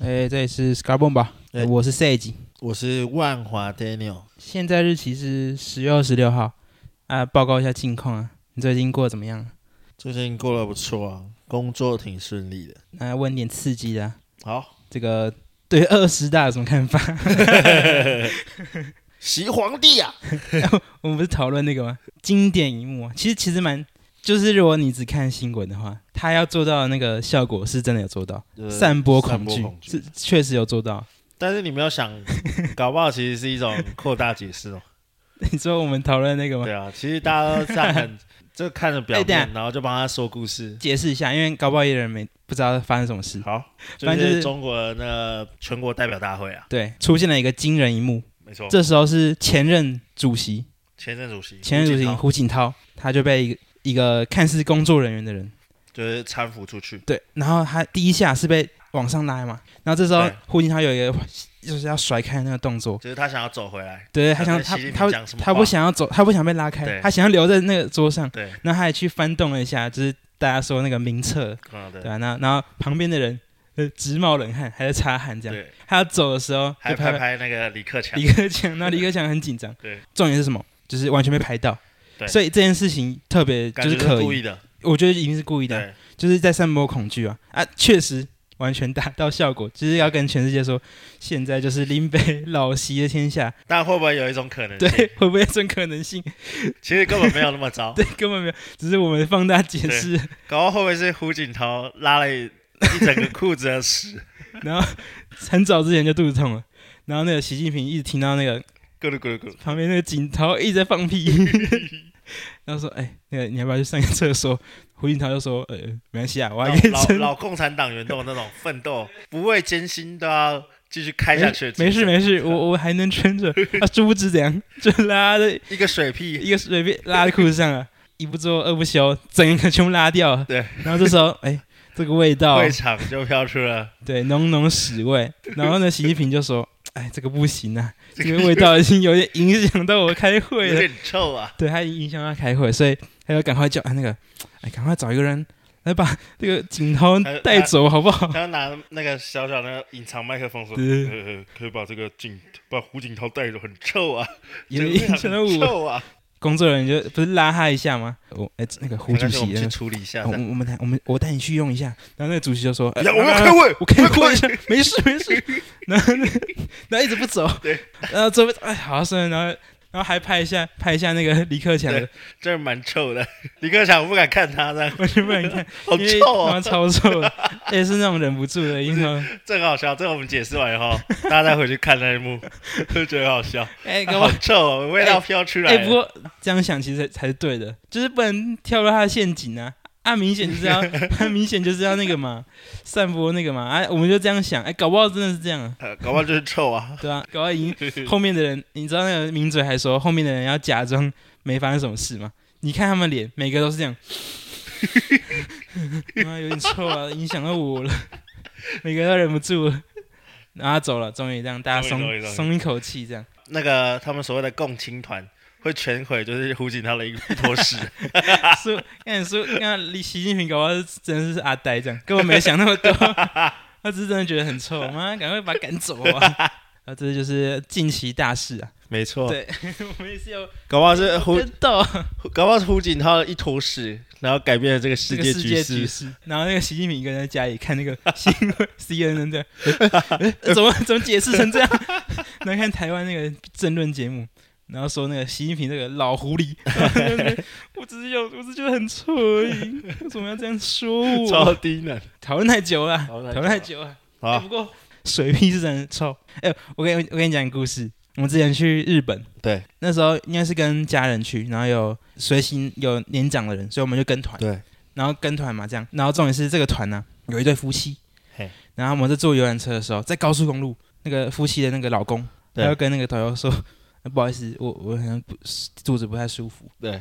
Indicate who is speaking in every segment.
Speaker 1: 哎，这里是 Scarbon 吧，
Speaker 2: 哎
Speaker 1: 我是 Sage。
Speaker 2: 我是万华 Daniel。
Speaker 1: 现在日期是十月二十六号啊，报告一下近况啊，你最近过得怎么样？啊
Speaker 2: 最近过得不错啊，工作挺顺利的。
Speaker 1: 那、问点刺激的啊、
Speaker 2: 好，
Speaker 1: 这个对二师大有什么看法？
Speaker 2: 习皇帝啊，
Speaker 1: 我们不是讨论那个吗？经典一幕啊，其实其实蛮，就是如果你只看新闻的话，他要做到的那个效果是真的有做到，
Speaker 2: 呃
Speaker 1: 散播恐
Speaker 2: 散
Speaker 1: 惧
Speaker 2: 播恐
Speaker 1: 是
Speaker 2: 惧。
Speaker 1: 确实有做到。
Speaker 2: 但是你们要想，搞不好其实是一种扩大解释 哦。
Speaker 1: 你说我们讨论那个吗？
Speaker 2: 对啊，其实大家都这样很，就看 着表
Speaker 1: 哎等一
Speaker 2: 面，
Speaker 1: 下
Speaker 2: 然后就帮他说故事。
Speaker 1: 解释一下，因为搞不好有人没不知道发生什么事。
Speaker 2: 好，就
Speaker 1: 反正就是
Speaker 2: 是中国的那个全国代表大会啊，
Speaker 1: 对，出现了一个惊人一幕，
Speaker 2: 没错。
Speaker 1: 这时候是前任主席，
Speaker 2: 前任主席，
Speaker 1: 前任主席
Speaker 2: 哦胡锦涛
Speaker 1: 胡锦涛，他就被一个一个看似工作人员的人，
Speaker 2: 就是搀扶出去，
Speaker 1: 对，然后他第一下是被往上拉嘛，然后这时候
Speaker 2: 对
Speaker 1: 胡锦涛有一个就是要甩开的那个动作，
Speaker 2: 就是他想要走回来。
Speaker 1: 对，他哎想
Speaker 2: 跟
Speaker 1: 他
Speaker 2: 习近平
Speaker 1: 他
Speaker 2: 讲什么
Speaker 1: 他
Speaker 2: 话
Speaker 1: 不想要走，他不想被拉开，
Speaker 2: 对
Speaker 1: 他想要留在那个桌上，
Speaker 2: 对，
Speaker 1: 然后他也去翻动了一下，就是大家说那个名册，
Speaker 2: 嗯，
Speaker 1: 对啊
Speaker 2: 对，
Speaker 1: 吧、那然后旁边的人呃直冒冷汗，还在擦汗这样。
Speaker 2: 对，
Speaker 1: 他要走的时候
Speaker 2: 还
Speaker 1: 啊就
Speaker 2: 拍
Speaker 1: 拍
Speaker 2: 拍那个李克 强，
Speaker 1: 李克强，那李克强很紧张。
Speaker 2: 对，
Speaker 1: 重点是什么？就是完全被拍到，
Speaker 2: 对
Speaker 1: 所以这件事情特别
Speaker 2: 感
Speaker 1: 就
Speaker 2: 觉
Speaker 1: 是
Speaker 2: 是
Speaker 1: 可
Speaker 2: 故
Speaker 1: 疑，
Speaker 2: 意的，
Speaker 1: 我觉得一定是故意的，
Speaker 2: 对，
Speaker 1: 就是在散播恐惧啊啊！确实完全达到效果，就是要跟全世界说，现在就是林北老习的天 下。
Speaker 2: 但会不会有一种可能
Speaker 1: 对
Speaker 2: 性，，
Speaker 1: 会不会有这种可能性？？
Speaker 2: 其实根本没有那么糟
Speaker 1: 对，根本没有，只是我们放大解释，
Speaker 2: 搞不好会不会是胡锦涛拉了一一整个裤子的屎，
Speaker 1: 然后 很早之前就肚子痛了，然后那个习近平一直听到那个
Speaker 2: 咕噜咕噜咕噜，
Speaker 1: 旁边那个警察一直在放 屁，然后说：“哎、那个你要不要去上个厕所？”胡锦涛就说：“呃，没关系啊，我还可以
Speaker 2: 老
Speaker 1: 撑，
Speaker 2: 老共产党员都有那种奋斗，不畏艰辛都要继续开下去的精神
Speaker 1: 没事没事，我我还能撑 着。”啊，殊不知怎样，就拉的
Speaker 2: 一个水屁，
Speaker 1: 一个随便拉在裤子上啊，一不做二不休，整个全部拉掉了。
Speaker 2: 对，
Speaker 1: 然后这时候，哎、这个味道，
Speaker 2: 会场就飘出了，
Speaker 1: 对，浓浓屎味。然后呢，习近平就说：“哎，这个不行啊，这个味道已经有点影响到我开会
Speaker 2: 有
Speaker 1: 了。
Speaker 2: 点臭啊，
Speaker 1: 对，他已经影响到他开会，所以他就赶快叫哎那个，哎，赶快找一个人来把 这个警头带走，好不 好？
Speaker 2: 他拿那个小小那个隐藏麦克风说，
Speaker 1: 对
Speaker 2: 呃，可以把这个锦把胡锦涛带走，很臭啊，
Speaker 1: 有点影响
Speaker 2: 真
Speaker 1: 到
Speaker 2: 的很
Speaker 1: 我。
Speaker 2: 臭啊，
Speaker 1: 工作人员就不是拉他一下吗？我哎，那个胡主
Speaker 2: 但是我
Speaker 1: 席哎
Speaker 2: 们，去处理一下
Speaker 1: 我
Speaker 2: 这样，
Speaker 1: 我们带我们我带你去用一下。然后那个主席就说：“哎
Speaker 2: 不要我们要开会，
Speaker 1: 我可以
Speaker 2: 我
Speaker 1: 过
Speaker 2: 要
Speaker 1: 一下，没事没事。 然后呢，然后一直不走，
Speaker 2: 对，
Speaker 1: 然后最后哎，好算了，然后然后还拍一下拍一下那个李克强的
Speaker 2: 对，真的蛮臭的。李克强我不敢看他这样，
Speaker 1: 完全不敢看，
Speaker 2: 好
Speaker 1: 因为
Speaker 2: 臭
Speaker 1: 他妈
Speaker 2: 啊！
Speaker 1: 超臭 的，也是那种忍不住的，因为
Speaker 2: 这个好笑，这个我们解释完以后，大家再回去看那一幕， 会觉得好笑，
Speaker 1: 哎，搞不
Speaker 2: 好
Speaker 1: 好
Speaker 2: 臭哦，味道飘出来
Speaker 1: 哎，不
Speaker 2: 了。
Speaker 1: 过这样想其实才是对的，就是不能跳入他的陷阱啊。啊，明显就是 要，他明显就是要那个嘛，散播那个嘛，啊，我们就这样想，哎，搞不好真的是这样啊，
Speaker 2: 呃，搞不好就是臭啊！
Speaker 1: 对啊，搞到已 经后面的人，你知道那个名嘴还说后面的人要假装没发生什么事吗？你看他们脸，每个都是 这样，妈有点臭啊，影响到我了，每个都忍不住了，然后他走了，终于让大家
Speaker 2: 终于终
Speaker 1: 松
Speaker 2: 于终于
Speaker 1: 松一口气，这样
Speaker 2: 那个他们所谓的共青团会全毁，就是胡锦涛的一一坨屎。
Speaker 1: 说， 看你说，看李习近平搞不好是真的是阿呆这样，根本没想那么 多，他只是真的觉得很臭，妈赶快把他赶走 啊！啊，这就是近期大事啊！
Speaker 2: 没错，
Speaker 1: 对，我们也是有
Speaker 2: 搞不好是胡，
Speaker 1: 跟到。
Speaker 2: 搞不好是胡锦涛的一坨屎，然后改变了这个世
Speaker 1: 这个
Speaker 2: 界
Speaker 1: 世界
Speaker 2: 局
Speaker 1: 局
Speaker 2: 势。
Speaker 1: 势。然后那个习近平一个人在家里看那个新 闻 CNN 的，哎哎怎么怎么解释成这样？然后看台湾那个政论节目，然后说那个习近平这个老狐狸， 我只是有，我只是觉得很臭而已，为什么要这样说
Speaker 2: 超
Speaker 1: 我？
Speaker 2: 低能。啊
Speaker 1: 讨论太久了，讨
Speaker 2: 讨论太久
Speaker 1: 论太久
Speaker 2: 了
Speaker 1: 了。哎
Speaker 2: 好
Speaker 1: 不，过水屁是真的臭。哎，我跟你我跟你讲个故事，我们之前去日本。
Speaker 2: 对
Speaker 1: 那时候应该是跟家人去，然后有随行有年长的人，所以我们就跟团。
Speaker 2: 对，
Speaker 1: 然后跟团嘛，这样，然后重点是这个团呢、有一对夫妻
Speaker 2: 嘿，
Speaker 1: 然后我们在坐游览车的时候，在高速公路，那个夫妻的那个老公，他
Speaker 2: 对
Speaker 1: 就跟那个导游说、 呃不好意思，我我好像不肚子不太舒服。
Speaker 2: 对，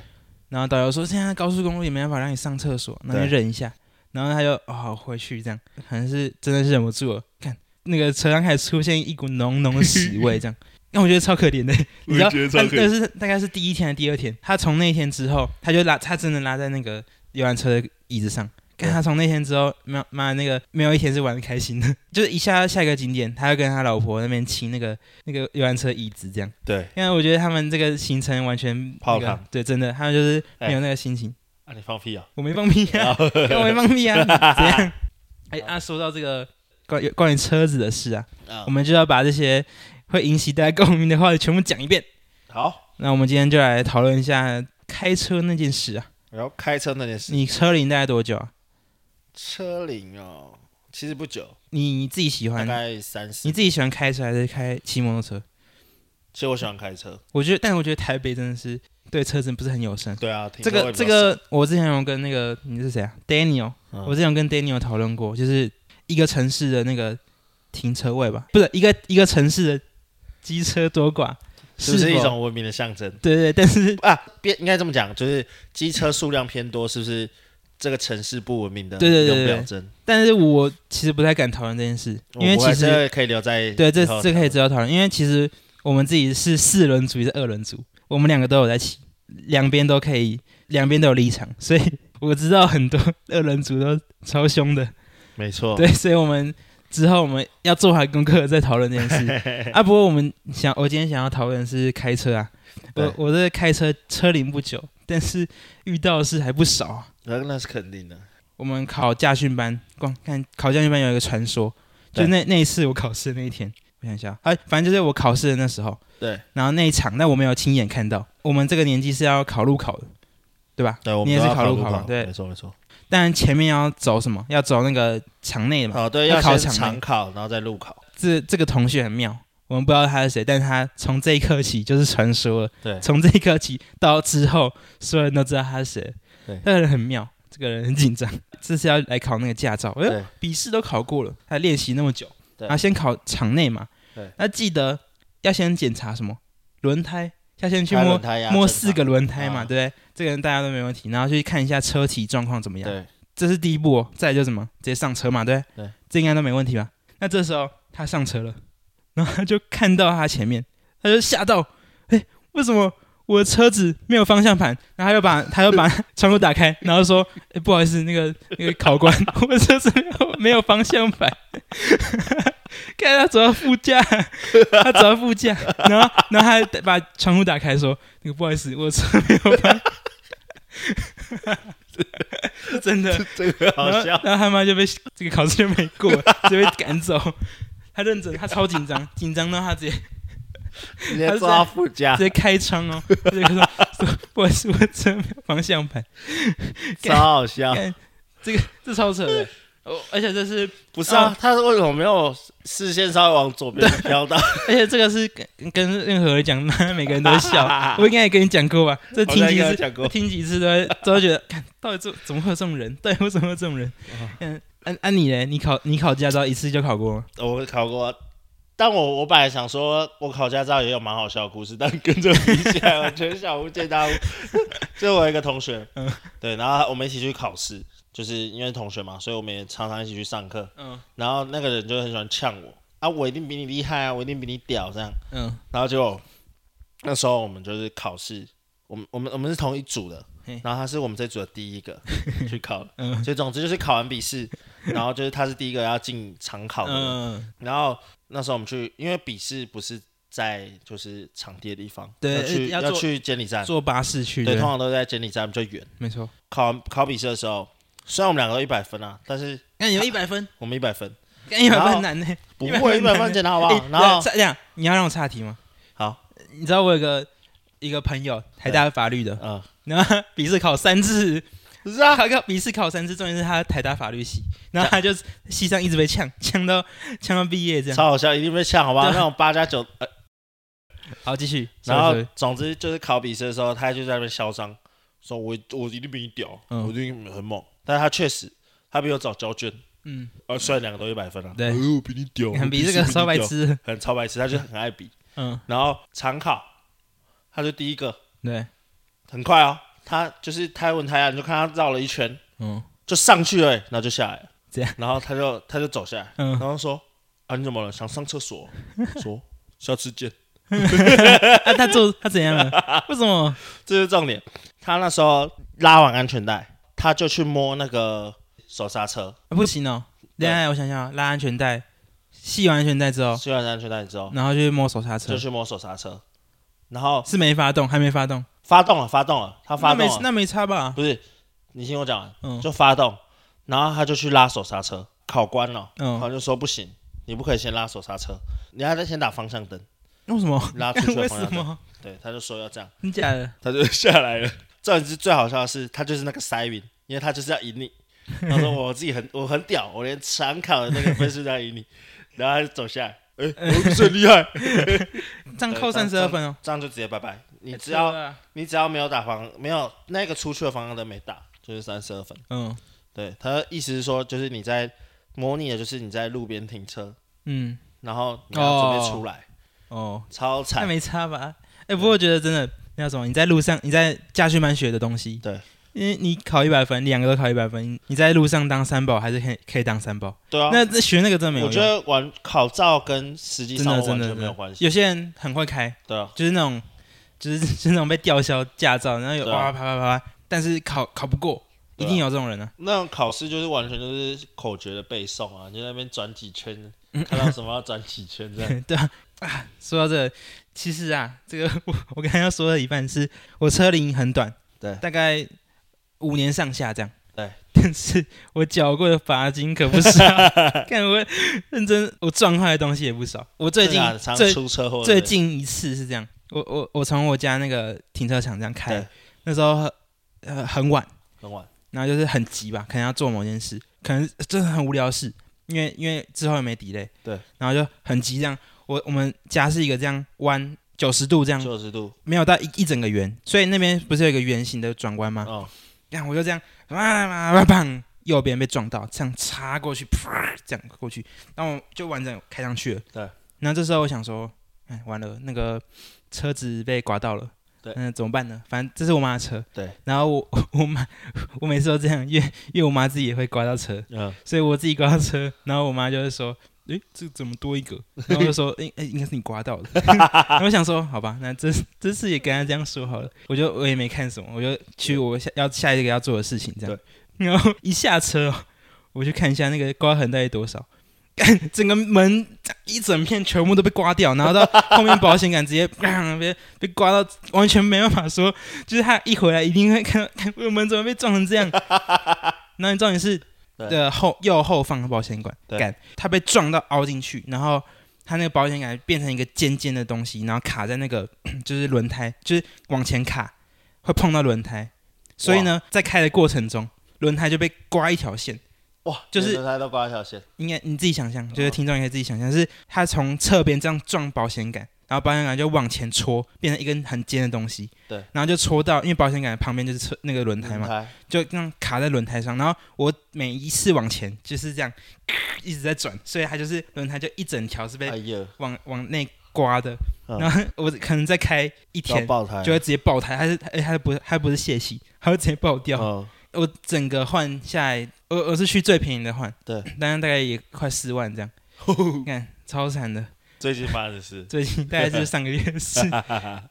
Speaker 1: 然后导游说现在高速公路也没办法让你上厕所，那
Speaker 2: 对
Speaker 1: 你忍一下。然后他就哦好回去这样，可能是真的是忍不住了，看那个车上开始出现一股浓浓的屎味，这 样，那我觉得超可怜的。你知道，
Speaker 2: 我也觉得超
Speaker 1: 他
Speaker 2: 可
Speaker 1: 那
Speaker 2: 怜
Speaker 1: 是大概是第一天还是第二天，他从那一天之后，他就拉他真的拉在那个游览车的椅子上，看他从那天之后，妈妈那个没有一天是玩的开心的， 就是一下下一个景点，他要跟他老婆那边清那个那个游览车椅子这样。
Speaker 2: 对，
Speaker 1: 因为我觉得他们这个行程完全
Speaker 2: 泡
Speaker 1: 那个
Speaker 2: 汤
Speaker 1: 对，真的，他们就是没有那个心情。
Speaker 2: 啊，你放屁啊！
Speaker 1: 我没放屁啊，我没放屁啊，怎样？哎、啊，说到这个关于关于车子的事啊，
Speaker 2: 啊
Speaker 1: 我，们就要把这些会引起大家共鸣的话全部讲一遍。
Speaker 2: 好，
Speaker 1: 那我们今天就来讨论一下开车那件事啊。
Speaker 2: 然后开车那件事，
Speaker 1: 你车龄大概多久啊？
Speaker 2: 车龄哦，其实不久，
Speaker 1: 你你自己喜
Speaker 2: 大
Speaker 1: 欢
Speaker 2: 概三十
Speaker 1: 你。自己喜欢开车还是开骑摩托车？
Speaker 2: 其实我喜欢开车，
Speaker 1: 我觉得，但我觉得台北真的是对车子不是很友善。
Speaker 2: 对啊，停
Speaker 1: 这
Speaker 2: 车
Speaker 1: 个
Speaker 2: 位比
Speaker 1: 这
Speaker 2: 较
Speaker 1: 个，我之前有跟那个你是谁啊？Daniel，、
Speaker 2: 嗯
Speaker 1: 我之前有跟 Daniel 讨论过，就是一个城市的那个停车位吧，不是一个一个城市的机车多寡，
Speaker 2: 少，是不是一
Speaker 1: 否
Speaker 2: 种文明的象征？
Speaker 1: 对对，对但是
Speaker 2: 啊，别应该这么讲，就是机车数量偏多，是不是这个城市不文明的
Speaker 1: 对对对
Speaker 2: 一种
Speaker 1: 对
Speaker 2: 表征？
Speaker 1: 但是我其实不太敢讨论这件事，因为
Speaker 2: 我还
Speaker 1: 其实
Speaker 2: 是可以留在
Speaker 1: 对这
Speaker 2: 以后
Speaker 1: 这可以之后讨论，因为其实我们自己是四轮组也是二轮组，我们两个都有在骑，两边都可以，两边都有立场，所以 我知道很多二轮组都超凶的，
Speaker 2: 没 错，
Speaker 1: 对，所以我们之后我们要做好功课再讨论这件 事啊。不过我们想，我今天想要讨论的是开车啊，
Speaker 2: 对
Speaker 1: 我我这开车车龄不久，但是遇到的事还不少啊。
Speaker 2: 那那是肯定的。
Speaker 1: 我们考驾训班，光看考驾训班有一个传说，就
Speaker 2: 对
Speaker 1: 那那一次我考试的那一天，我想一下，哎，反正就是我考试的那时候，
Speaker 2: 对，
Speaker 1: 然后那一场，但我没有亲眼看到。我们这个年纪是要考路考的，对吧？
Speaker 2: 对，我
Speaker 1: 你
Speaker 2: 们
Speaker 1: 也
Speaker 2: 都
Speaker 1: 是
Speaker 2: 要
Speaker 1: 路
Speaker 2: 路
Speaker 1: 考嘛，对
Speaker 2: 没。错没错。
Speaker 1: 但前面要走什么？要走那个场内的嘛。
Speaker 2: 哦，对，
Speaker 1: 嗯要
Speaker 2: 要
Speaker 1: 考
Speaker 2: 先
Speaker 1: 场内
Speaker 2: 长考，然后再路考。
Speaker 1: 这这个同学很妙，我们不知道他是谁，但他从这一刻起就是传说了。
Speaker 2: 对，
Speaker 1: 从这一刻起到之后，所有人都知道他是谁。
Speaker 2: 对
Speaker 1: 这个人很妙，这个人很紧张，这是要来考那个驾照。哎呦
Speaker 2: 对，
Speaker 1: 笔试都考过了，还练习那么久，
Speaker 2: 对
Speaker 1: 然后先考场内嘛
Speaker 2: 对。
Speaker 1: 那记得要先检查什么轮胎，要先去
Speaker 2: 开
Speaker 1: 摸
Speaker 2: 轮胎呀，
Speaker 1: 摸
Speaker 2: 正
Speaker 1: 四个
Speaker 2: 常。
Speaker 1: 轮胎嘛，
Speaker 2: 啊
Speaker 1: 对不对？这个人大家都没问题，然后去看一下车体状况怎么样。
Speaker 2: 对，
Speaker 1: 这是第一步、哦，再来就是什么，直接上车嘛，对不对？
Speaker 2: 对
Speaker 1: 这应该都没问题吧？那这时候他上车了，然后他就看到他前面，他就吓到，哎，为什么我的车子没有方向盘？然后他就把他就把窗户打开，然后说，哎，不好意思，那个那个考官， 我的车子没有没有方向盘。 看他走到副驾，他走到副驾，然后然后他还把窗户打开说，那个不好意思，我的车没有方向盘。 真的，
Speaker 2: 这个好
Speaker 1: 然后
Speaker 2: 笑。
Speaker 1: 然后他妈就被这个考试就没过，就被赶走。 他认真，他超紧张， 紧张到他直接直
Speaker 2: 直
Speaker 1: 他
Speaker 2: 接
Speaker 1: 是
Speaker 2: 坐到副驾，
Speaker 1: 接开窗哦，他就说说不好意思，我车没有方向盘，
Speaker 2: 超好笑。
Speaker 1: 干这个这超扯的。哦，而且这是，
Speaker 2: 不是啊
Speaker 1: 啊，
Speaker 2: 他为什么没有视线稍微往左边 飘到？
Speaker 1: 而且这个是跟跟任何人讲，妈每个人都会笑。 我应该也跟你讲过吧？这听
Speaker 2: 好像
Speaker 1: 几
Speaker 2: 应该
Speaker 1: 次
Speaker 2: 有讲过
Speaker 1: 听几次都会都会觉得，看到底怎怎么会有这种人？到底为什么会有这种人？
Speaker 2: 哦
Speaker 1: 嗯，按按你嘞，你考你考驾照一次就考过吗？
Speaker 2: 我考过，但我我本来想说，我考驾照也有蛮好笑的故事，但跟这比起来，我觉得小巫见 大巫。就我有一个同学，
Speaker 1: 嗯
Speaker 2: 对，然后我们一起去考试，就是因为同学嘛，所以我们也常常一起去上课。
Speaker 1: 嗯
Speaker 2: 然后那个人就很喜欢呛我啊，我一定比你厉害啊，我一定比你屌这样。
Speaker 1: 嗯，
Speaker 2: 然后结果那时候我们就是考试，我们我们我们是同一组的
Speaker 1: 嘿，
Speaker 2: 然后他是我们这组的第一个 去考的，
Speaker 1: 嗯
Speaker 2: 所以总之就是考完笔试，然后就是他是第一个要进场考的人，
Speaker 1: 嗯，
Speaker 2: 然后那时候我们去，因为笔试不是在就是场地的地方，
Speaker 1: 对呃
Speaker 2: 要去
Speaker 1: 要
Speaker 2: 要
Speaker 1: 坐
Speaker 2: 去监理站，
Speaker 1: 坐巴士去
Speaker 2: 嗯对，
Speaker 1: 的
Speaker 2: 通，常都在监理站比较远。
Speaker 1: 没错。
Speaker 2: 考完考笔试的时候，虽然我们两个都一百分啊，但是
Speaker 1: 那你有一百分，
Speaker 2: 我们一百分
Speaker 1: 干一百
Speaker 2: 然后
Speaker 1: 分很难呢、欸。
Speaker 2: 不
Speaker 1: 100分
Speaker 2: 会一百分很简单好不
Speaker 1: 欸
Speaker 2: 好？然后
Speaker 1: 这样，你要让我岔题吗？
Speaker 2: 好，
Speaker 1: 你知道我有个一个朋友，台大法律的，
Speaker 2: 嗯，
Speaker 1: 然后他笔试考三次，
Speaker 2: 是啊，
Speaker 1: 考考笔试考三次，重点是他台大法律系，然后他就系上一直被呛，呛到呛到毕业这样。
Speaker 2: 超好笑，一定被呛好不好？
Speaker 1: 对啊
Speaker 2: 那种八加九，呃
Speaker 1: 好，继续。
Speaker 2: 然后
Speaker 1: sorry，sorry
Speaker 2: 总之就是考笔试的时候，他就在那边嚣张，说我我一定比你屌，
Speaker 1: 嗯
Speaker 2: 我一定很猛，但是他确实他比我早交卷，
Speaker 1: 嗯，
Speaker 2: 呃，虽然两个都一百分了，
Speaker 1: 对
Speaker 2: 哎呦，我比你屌，
Speaker 1: 嗯你看
Speaker 2: 我
Speaker 1: 比这
Speaker 2: 试
Speaker 1: 个
Speaker 2: 你
Speaker 1: 稍白
Speaker 2: 屌，
Speaker 1: 痴，
Speaker 2: 很超白痴，他就很爱比。
Speaker 1: 嗯，
Speaker 2: 然后常考，他就第一个，
Speaker 1: 对，
Speaker 2: 很快哦，他就是他问他呀，你就看他绕了一圈
Speaker 1: 嗯
Speaker 2: 就上去了，然后就下来了，
Speaker 1: 这样，
Speaker 2: 然后他就他就走下来，然
Speaker 1: 嗯，
Speaker 2: 后说啊你怎么了？想上厕所？说下次见，
Speaker 1: 啊，他做他怎样了？为什么？
Speaker 2: 这是重点。他那时候拉完安全带，他就去摸那个手刹车，
Speaker 1: 啊不行哦。等一下我想想啊，拉安全带，系完安全带之后，
Speaker 2: 系完安全带之后
Speaker 1: 然后就摸手刹车
Speaker 2: 就，去摸手刹车，然后
Speaker 1: 是没发动，还没发动，
Speaker 2: 发动了，发动了，他发
Speaker 1: 那
Speaker 2: 动
Speaker 1: 没
Speaker 2: 了，
Speaker 1: 那没差吧？
Speaker 2: 不是，你听我讲完，
Speaker 1: 嗯
Speaker 2: 就发动，然后他就去拉手刹车，考官哦了，考
Speaker 1: 嗯，
Speaker 2: 官就说不行，你不可以先拉手刹车，你还得先打方向 灯，
Speaker 1: 那为什么？
Speaker 2: 拉出去的
Speaker 1: 为
Speaker 2: 方向
Speaker 1: 什
Speaker 2: 灯，
Speaker 1: 么？
Speaker 2: 对，他就说要这样，
Speaker 1: 真假的？
Speaker 2: 他就下来了。这点是最好笑的是，他就是那个塞云，因为他就是要赢你。他说我自己很我很屌，我连常考的那个分数都要赢你， 然后他就走下来，哎、我最厉害，
Speaker 1: 这样扣
Speaker 2: 对
Speaker 1: 三十二分哦。
Speaker 2: 这样就直接拜拜。你只
Speaker 1: 哎
Speaker 2: 要
Speaker 1: 对啊
Speaker 2: 你只要没有打方，没有那个出去的方向灯没打，就是三十二分。
Speaker 1: 嗯
Speaker 2: 对他的意思是说，就是你在模拟的，就是你在路边停车，
Speaker 1: 嗯
Speaker 2: 然后你要准备出来，
Speaker 1: 哦，
Speaker 2: 超
Speaker 1: 那
Speaker 2: 惨。
Speaker 1: 没差吧？哎，不过我觉得真的那叫什么？你在路上，你在家训班学的东西，
Speaker 2: 对，
Speaker 1: 因为你考一百分，两个都考一百分，你在路上当三宝还是可以可以当三宝。
Speaker 2: 对啊，
Speaker 1: 那这学那个真的没有
Speaker 2: 我
Speaker 1: 用，
Speaker 2: 觉得玩考照跟实际
Speaker 1: 真
Speaker 2: 上
Speaker 1: 的
Speaker 2: 路
Speaker 1: 真
Speaker 2: 完
Speaker 1: 的
Speaker 2: 全
Speaker 1: 真
Speaker 2: 没有
Speaker 1: 的
Speaker 2: 关系。
Speaker 1: 有些人很会开，
Speaker 2: 对啊，
Speaker 1: 就是那种，就是 就是那种被吊销驾照，然后有
Speaker 2: 对啊
Speaker 1: 哇啪啪啪啪，但是考考不过，
Speaker 2: 对
Speaker 1: 一
Speaker 2: 啊
Speaker 1: 定有这种人啊。
Speaker 2: 那种考试就是完全就是口诀的背诵啊，你就在那边转几圈，
Speaker 1: 嗯
Speaker 2: 看到什么要转几圈这样。
Speaker 1: 对啊，啊，说到这个其实啊，这个我我刚刚要说的一半是我车龄很短，
Speaker 2: 对
Speaker 1: 大概五年上下这样。
Speaker 2: 对，
Speaker 1: 但是我缴过的罚金可不 少，看我认真，我撞坏的东西也不少。我最近
Speaker 2: 对啊常
Speaker 1: 最
Speaker 2: 出车祸，
Speaker 1: 最近一次是这样，我我我从我家那个停车场这样开
Speaker 2: 对，
Speaker 1: 那时候呃很晚，
Speaker 2: 很晚，
Speaker 1: 然后就是很急吧，可能要做某件事，可能真的很无聊的事，因为因为之后也没 delay，
Speaker 2: 对，
Speaker 1: 然后就很急这样。我我们家是一个这样弯九十度这样，
Speaker 2: 九十度，
Speaker 1: 没有到一一整个圆，所以那边不是有一个圆形的转弯吗？
Speaker 2: 嗯，
Speaker 1: 然后我就这样，啊啊啊砰！右边被撞到，这样插过去，啪，这样过去，然后我就完整开上去了。
Speaker 2: 对。
Speaker 1: 然后这时候我想说，哎，完了，那个车子被刮到了。
Speaker 2: 对
Speaker 1: 嗯，怎么办呢？反正这是我妈的车。
Speaker 2: 对。
Speaker 1: 然后我 我妈，我每次都这样，因为因为我妈自己也会刮到车，
Speaker 2: 嗯，
Speaker 1: 所以我自己刮到车，然后我妈就会说。诶，这怎么多一个？然后我就说，诶，诶，应该是你刮到的。 然后我想说，好吧，那这这次也跟他这样说好了。我就我也没看什么，我就去我下要下一个要做的事情这样。然后一下车哦，我就看一下那个刮痕到底多少， 干整个门一整片全部都被刮掉，然后到后面保险杆直接 砰被被刮到，完全没办法说，就是他一回来一定会看到，看我的门怎么被撞成这样。然后你重点是
Speaker 2: 对
Speaker 1: 的后右后方的保险杆，
Speaker 2: 对
Speaker 1: 杆它被撞到凹进去，然后它那个保险杆变成一个尖尖的东西，然后卡在那个 就是轮胎，就是往前卡会碰到轮胎，所以呢，在开的过程中，轮胎就被刮一条线。
Speaker 2: 哇，
Speaker 1: 就是
Speaker 2: 他都刮一条线，
Speaker 1: 应该你自己想象，就是
Speaker 2: 哦
Speaker 1: 听众也可以自己想象，是他从侧边这样撞保险杆，然后保险杆就往前戳，变成一根很尖的东西。
Speaker 2: 对，
Speaker 1: 然后就戳到，因为保险杆旁边就是车那个轮胎
Speaker 2: 轮
Speaker 1: 嘛，
Speaker 2: 胎，
Speaker 1: 就这样卡在轮胎上。然后我每一次往前就是这样 一直在转，所以它就是轮胎就一整条是
Speaker 2: 哎
Speaker 1: 被
Speaker 2: 呀，
Speaker 1: 往往内刮的。
Speaker 2: 嗯
Speaker 1: 然后我可能再开一
Speaker 2: 要
Speaker 1: 天
Speaker 2: 爆胎，
Speaker 1: 就会直接爆胎，它是哎它它不它不是泄气，它会直接爆掉。
Speaker 2: 嗯，
Speaker 1: 我整个换下来，我我是去最便宜的换，
Speaker 2: 对，
Speaker 1: 当然大概也快四万这样，看超惨的，
Speaker 2: 哦最近发生的事，
Speaker 1: 最近大概就是上个月的 事。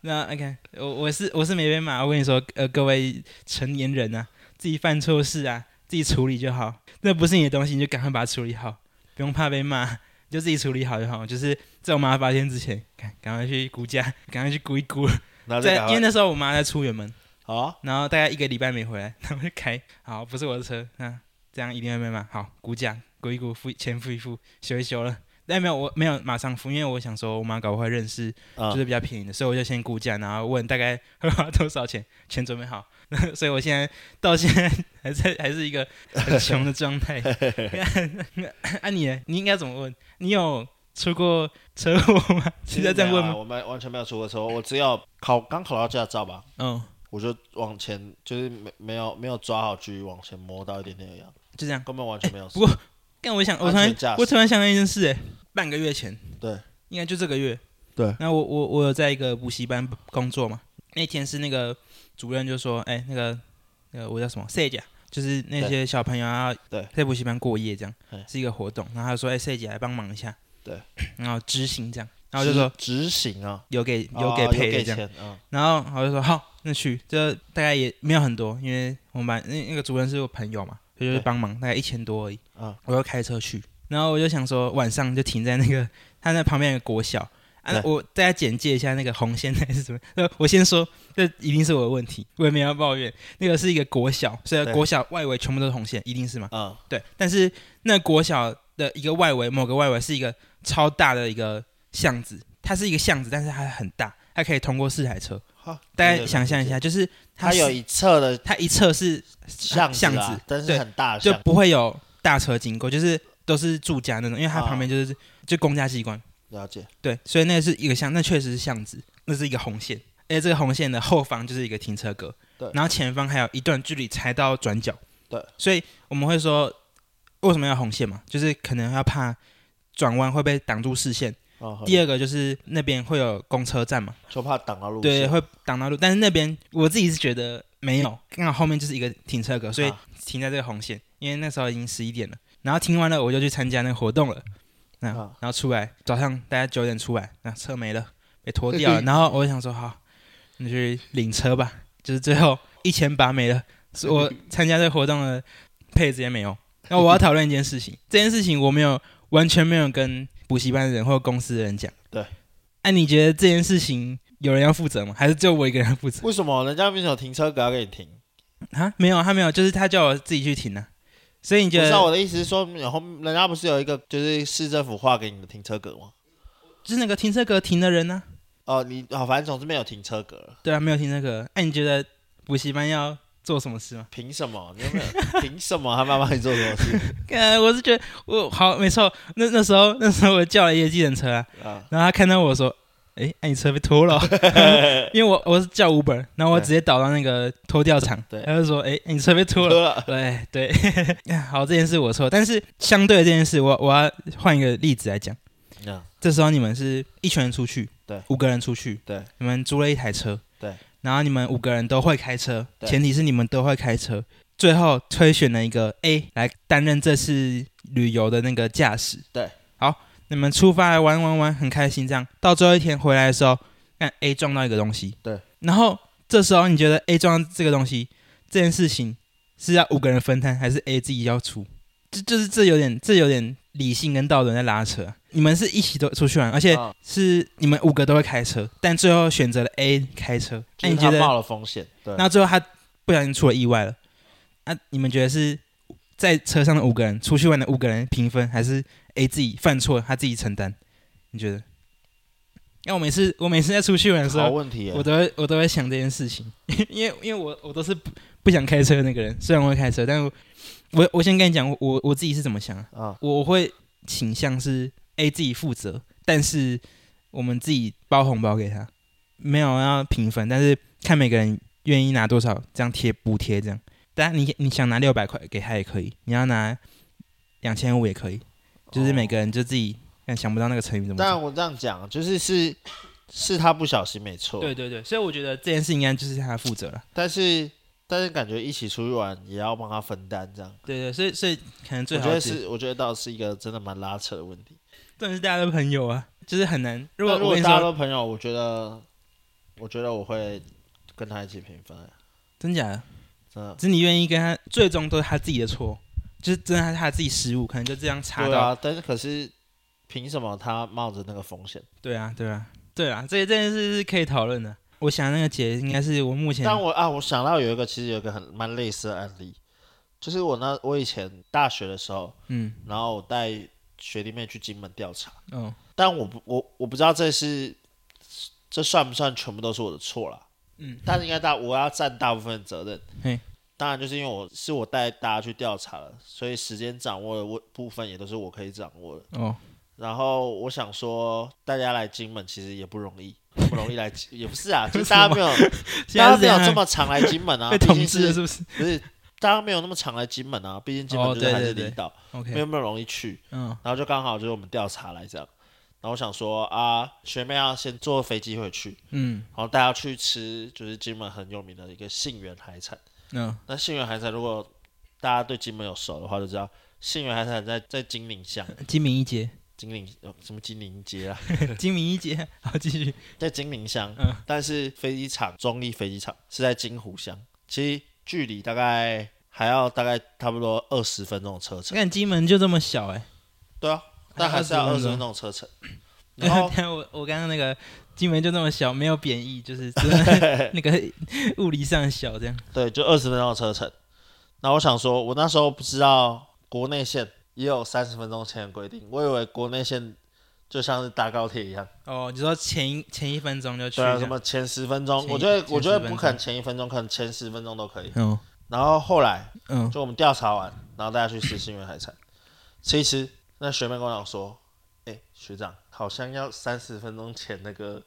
Speaker 1: 那 OK，我我是我是没被骂，我跟你说，呃，各位成年人啊，自己犯错事啊，自己处理就好，那不是你的东西，你就赶快把它处理好，不用怕被骂，你就自己处理好就好。就是在我妈发现之前，赶赶快去估价，赶快去估一估。
Speaker 2: 然后再
Speaker 1: 在
Speaker 2: 赶
Speaker 1: 因为
Speaker 2: 快，
Speaker 1: 那时候我妈在出远门，
Speaker 2: 好啊，
Speaker 1: 然后大概一个礼拜没回来， 然后就开，好，不是我的车，那这样一定会被骂。好，估价，估一估，付钱付一付，修一修了。但没有，我没有马上付，因为我想说，我妈搞不好会认识，就
Speaker 2: 嗯，
Speaker 1: 是比较便宜的，所以我就先估价，然后问大概会花多少钱， 钱准备好。所以我现在到现在还在还是一 个很穷的状态。 啊你呢，你应该怎么问？你有出过车祸吗？
Speaker 2: 其
Speaker 1: 是
Speaker 2: 实
Speaker 1: 在这样
Speaker 2: 没
Speaker 1: 问
Speaker 2: 有啊
Speaker 1: 吗？
Speaker 2: 我们完全没有出过车祸，我只有考刚考到驾照吧，
Speaker 1: 嗯，
Speaker 2: 我就往前，就是没没有没有抓好距离，往前摸到一点点而已啊，
Speaker 1: 就这样。
Speaker 2: 根本完全没有事。
Speaker 1: 哎不过但我想，我突
Speaker 2: 安
Speaker 1: 然
Speaker 2: 全驾驶
Speaker 1: 我突然想到一件事，哎，啊半个月前，
Speaker 2: 对，
Speaker 1: 应该就这个月，
Speaker 2: 对
Speaker 1: 那我我我有在一个补习班工作嘛，那天是那个主任就说，哎，那个那个我叫什么 s a g 就是那些小朋友要
Speaker 2: 对
Speaker 1: 在补习班过夜这样
Speaker 2: 对，
Speaker 1: 是一个活动，然后他说，哎 s a g 来帮忙一下，
Speaker 2: 对，
Speaker 1: 然后执行这样，然后我就说
Speaker 2: 执执行啊，
Speaker 1: 有给
Speaker 2: 哦
Speaker 1: 有给
Speaker 2: 有
Speaker 1: 赔的
Speaker 2: 给
Speaker 1: 这样。
Speaker 2: 钱啊，
Speaker 1: 然后我就说好，那去，这大概也没有很多，因为我们班那那个主任是我朋友嘛，所以就去
Speaker 2: 对
Speaker 1: 帮忙，大概一千多而已。
Speaker 2: 啊
Speaker 1: 我要开车去，然后我就想说晚上就停在那个他那旁边有个国小。啊，那
Speaker 2: 对
Speaker 1: 我大家简介一下那个红线台是什么？呃，我先说，这一定是我的问题，我也没有要抱怨。那个是一个国小，所以
Speaker 2: 对
Speaker 1: 国小外围全部都是红线，一定是嘛？
Speaker 2: 啊
Speaker 1: 对。但是那国小的一个外围，某个外围是一个超大的一个巷子，它是一个巷子，但是它很大，它可以通过四台车。
Speaker 2: 好，
Speaker 1: 大家想象一下，就是
Speaker 2: 它
Speaker 1: 是
Speaker 2: 有一侧的
Speaker 1: 它一侧是
Speaker 2: 巷
Speaker 1: 巷
Speaker 2: 啊
Speaker 1: 子
Speaker 2: 但是
Speaker 1: 对
Speaker 2: 很大的
Speaker 1: 就
Speaker 2: 巷，
Speaker 1: 不会有大车经过，就是都是住家那种，因为它
Speaker 2: 啊
Speaker 1: 旁边就是、就公家机关，
Speaker 2: 了解。
Speaker 1: 对，所以那是一个巷，那确实是巷子，那是一个红线，而且这个红线的后方就是一个停车格，
Speaker 2: 对
Speaker 1: 然后前方还有一段距离才到转角，
Speaker 2: 对，
Speaker 1: 所以我们会说为什么要红线嘛，就是可能要怕转弯会被挡住视线，
Speaker 2: 哦，
Speaker 1: 第
Speaker 2: 二
Speaker 1: 二个就是那边会有公车站嘛，
Speaker 2: 就怕挡到路
Speaker 1: 对，
Speaker 2: 线，
Speaker 1: 会挡到路。但是那边我自己是觉得没有，刚好后面就是一个停车格，所以
Speaker 2: 嗯啊
Speaker 1: 停在这个红线。因为那时候已经十一点了，然后停完了我就去参加那个活动了。那、
Speaker 2: 啊
Speaker 1: 然后出来，早上大概九点出来，那车没了，被拖掉 了。然后我就想说，好，你去领车吧。就是最后一千八没了，是我参加这个活动的配置也没有。那我要讨论一件事 情，这件事情我没有完全没有跟补习班的人或公司的人讲。
Speaker 2: 对，
Speaker 1: 哎、你觉得这件事情有人要负责吗？还是就我一个人要负 责？
Speaker 2: 为什么人家明明有停车格要给你停？
Speaker 1: 啊，没有，他没有，就是他叫我自己去停啊。所以你
Speaker 2: 不
Speaker 1: 觉
Speaker 2: 是
Speaker 1: 得
Speaker 2: 啊，我的意思是说，然后人家不是有一个就是市政府划给你的停车格吗？
Speaker 1: 就是那个停车格停的人呢、
Speaker 2: 哦，你哦，反正总之没有停车格了，
Speaker 1: 对啊，没有停车格。哎、你觉得补习班要做什么事吗？
Speaker 2: 凭什么？你有没有？凭什么？他妈妈你做什 么事
Speaker 1: 呃，我是觉得我好没错，那那时候那时候我叫了一个计程车啊，
Speaker 2: 啊？
Speaker 1: 然后他看到我说：“哎、哎你车被拖了 哦、因为我我是叫 Uber，然后我
Speaker 2: 对
Speaker 1: 直接导到那个拖吊场，
Speaker 2: 对
Speaker 1: 他就说：“哎、你车被拖 了。”
Speaker 2: 车了，
Speaker 1: 对对， 好，这件事我错，但是相对的这件事，我我要换一个例子来讲。
Speaker 2: 嗯
Speaker 1: 这时候你们是一群人出去，
Speaker 2: 对
Speaker 1: 五个人出去，
Speaker 2: 对，
Speaker 1: 你们租了一台车，
Speaker 2: 对，
Speaker 1: 然后你们五个人都会开车，
Speaker 2: 对
Speaker 1: 前提是你们都会开车。最后推选了一个 A 来担任这次旅游的那个驾驶，
Speaker 2: 对，
Speaker 1: 好，你们出发来玩玩玩，很开心，这样到最后一天回来的时候，看 A 撞到一个东西，
Speaker 2: 对，
Speaker 1: 然后这时候你觉得 A 撞到这个东西这件事情是要五个人分摊，还是 A 自己要出？这就是这有点这有点理性跟道德在拉扯啊。你们是一起都出去玩，而且
Speaker 2: 啊
Speaker 1: 是你们五个都会开车，但最后选择了 A 开车。那、
Speaker 2: 就是
Speaker 1: 你觉
Speaker 2: 他
Speaker 1: 得？
Speaker 2: 冒了风险，对，
Speaker 1: 那最后他不小心出了意外了，那、你们觉得是在车上的五个人出去玩的五个人平分，还是 A 自己犯错他自己承担？你觉得？因为我每次我每次在出去玩的时
Speaker 2: 好
Speaker 1: 候，
Speaker 2: 问题耶
Speaker 1: 我。都会我都会想这件事情， 因为因为我我都是不不想开车的那个人，虽然我会开车，但我我我先跟你讲，我我我自己是怎么想啊，
Speaker 2: 啊
Speaker 1: 我会倾向是 A 自己负责，但是我们自己包红包给他，没有要平分，但是看每个人愿意拿多少，这样贴补贴这样。当然你你想拿六百块给他也可以，你要拿两千五也可以，就是每个人就自己但想不到那个成语怎么讲。
Speaker 2: 哦但我这样讲，就是是是他不小心没错，
Speaker 1: 对对对，所以我觉得这件事应该就是他负责了。
Speaker 2: 但是但是感觉一起出去玩也要帮他分担这样。
Speaker 1: 对对，所以所以可能
Speaker 2: 我
Speaker 1: 最
Speaker 2: 觉
Speaker 1: 好
Speaker 2: 得
Speaker 1: 的解
Speaker 2: 是，我觉得倒是一个真的蛮拉扯的问题。
Speaker 1: 真的是大家的朋友啊，就是很难。如果
Speaker 2: 但如
Speaker 1: 我
Speaker 2: 果
Speaker 1: 跟你
Speaker 2: 大家
Speaker 1: 说，
Speaker 2: 都朋友，我觉得，我觉得我会跟他一起平分，啊
Speaker 1: 真假的，
Speaker 2: 真的。
Speaker 1: 只是你愿意跟他，最终都是他自己的错，就是真的他他自己失误，可能就这样查
Speaker 2: 对
Speaker 1: 到。
Speaker 2: 啊，但是可是凭什么他冒着那个风险？
Speaker 1: 对啊，对啊，对啊，这这件事是可以讨论的。我想那个姐应该是我目前
Speaker 2: 但我啊，我想到有一个其实有一个很蛮类似的案例，就是我那我以前大学的时候，
Speaker 1: 嗯
Speaker 2: 然后我带学弟妹去金门调查，
Speaker 1: 哦
Speaker 2: 但我不我我不知道这是这算不算全部都是我的错啦？
Speaker 1: 嗯，
Speaker 2: 但是应该大我要占大部分的责任。
Speaker 1: 嘿，
Speaker 2: 当然就是因为我是我带大家去调查了，所以时间掌握的我部分也都是我可以掌握的。
Speaker 1: 哦，
Speaker 2: 然后我想说，大家来金门其实也不容易，不容易来 金，也不是啊，就是大家没有
Speaker 1: 现在
Speaker 2: 大家
Speaker 1: 是
Speaker 2: 没有这
Speaker 1: 样
Speaker 2: 么常来 金门啊，
Speaker 1: 被
Speaker 2: 毕
Speaker 1: 统
Speaker 2: 竟
Speaker 1: 治了是
Speaker 2: 是
Speaker 1: 不是
Speaker 2: 不是大家没有那么常来金门啊？毕竟金
Speaker 1: 哦
Speaker 2: 门就是
Speaker 1: 对
Speaker 2: 还
Speaker 1: 对
Speaker 2: 是
Speaker 1: 对
Speaker 2: 离岛，没
Speaker 1: ？OK，
Speaker 2: 有那么容易去。
Speaker 1: 嗯
Speaker 2: 然后就刚好就是我们调查来这样，然后我想说啊，学妹要先坐飞机回去，
Speaker 1: 嗯
Speaker 2: 然后带她去吃就是金门很有名的一个杏园海产。
Speaker 1: 嗯，
Speaker 2: 那杏园海产如果大家对金门有熟的话，就知道杏园海产在在金陵乡，
Speaker 1: 嗯金明一节，
Speaker 2: 金陵、呃什么金陵街啊，
Speaker 1: 金明一节，好继续。
Speaker 2: 在金陵乡，
Speaker 1: 嗯
Speaker 2: 但是飞机场中立飞机场是在金湖乡，其实距离大概。还要大概差不多二十分钟的车程。
Speaker 1: 看金门就这么小哎、
Speaker 2: 对啊，但还是要二十
Speaker 1: 20
Speaker 2: 分
Speaker 1: 分
Speaker 2: 钟的车程。 然
Speaker 1: 欸
Speaker 2: 后，
Speaker 1: 但我我刚刚那个金门就这么小，没有贬义， 就是真的那个物理上小这样。
Speaker 2: 对，就二十分钟的车程。那我想说，我那时候不知道国内线也有三十分钟前的规定，我以为国内线就像是搭高铁一样，
Speaker 1: 哦，你说前一前一分钟就去
Speaker 2: 对
Speaker 1: 这
Speaker 2: 啊，
Speaker 1: 样，
Speaker 2: 什么前十分钟，
Speaker 1: 前
Speaker 2: 我觉得
Speaker 1: 前
Speaker 2: 我觉得
Speaker 1: 10分
Speaker 2: 不
Speaker 1: 钟
Speaker 2: 可能前一分钟，可能前十分钟都可以。
Speaker 1: 哦
Speaker 2: 然后后来
Speaker 1: 嗯
Speaker 2: 就我们调查完，然后大家去吃新源海产，吃一吃。那学妹跟我讲说：“哎、学长，好像要三十分钟前 那个，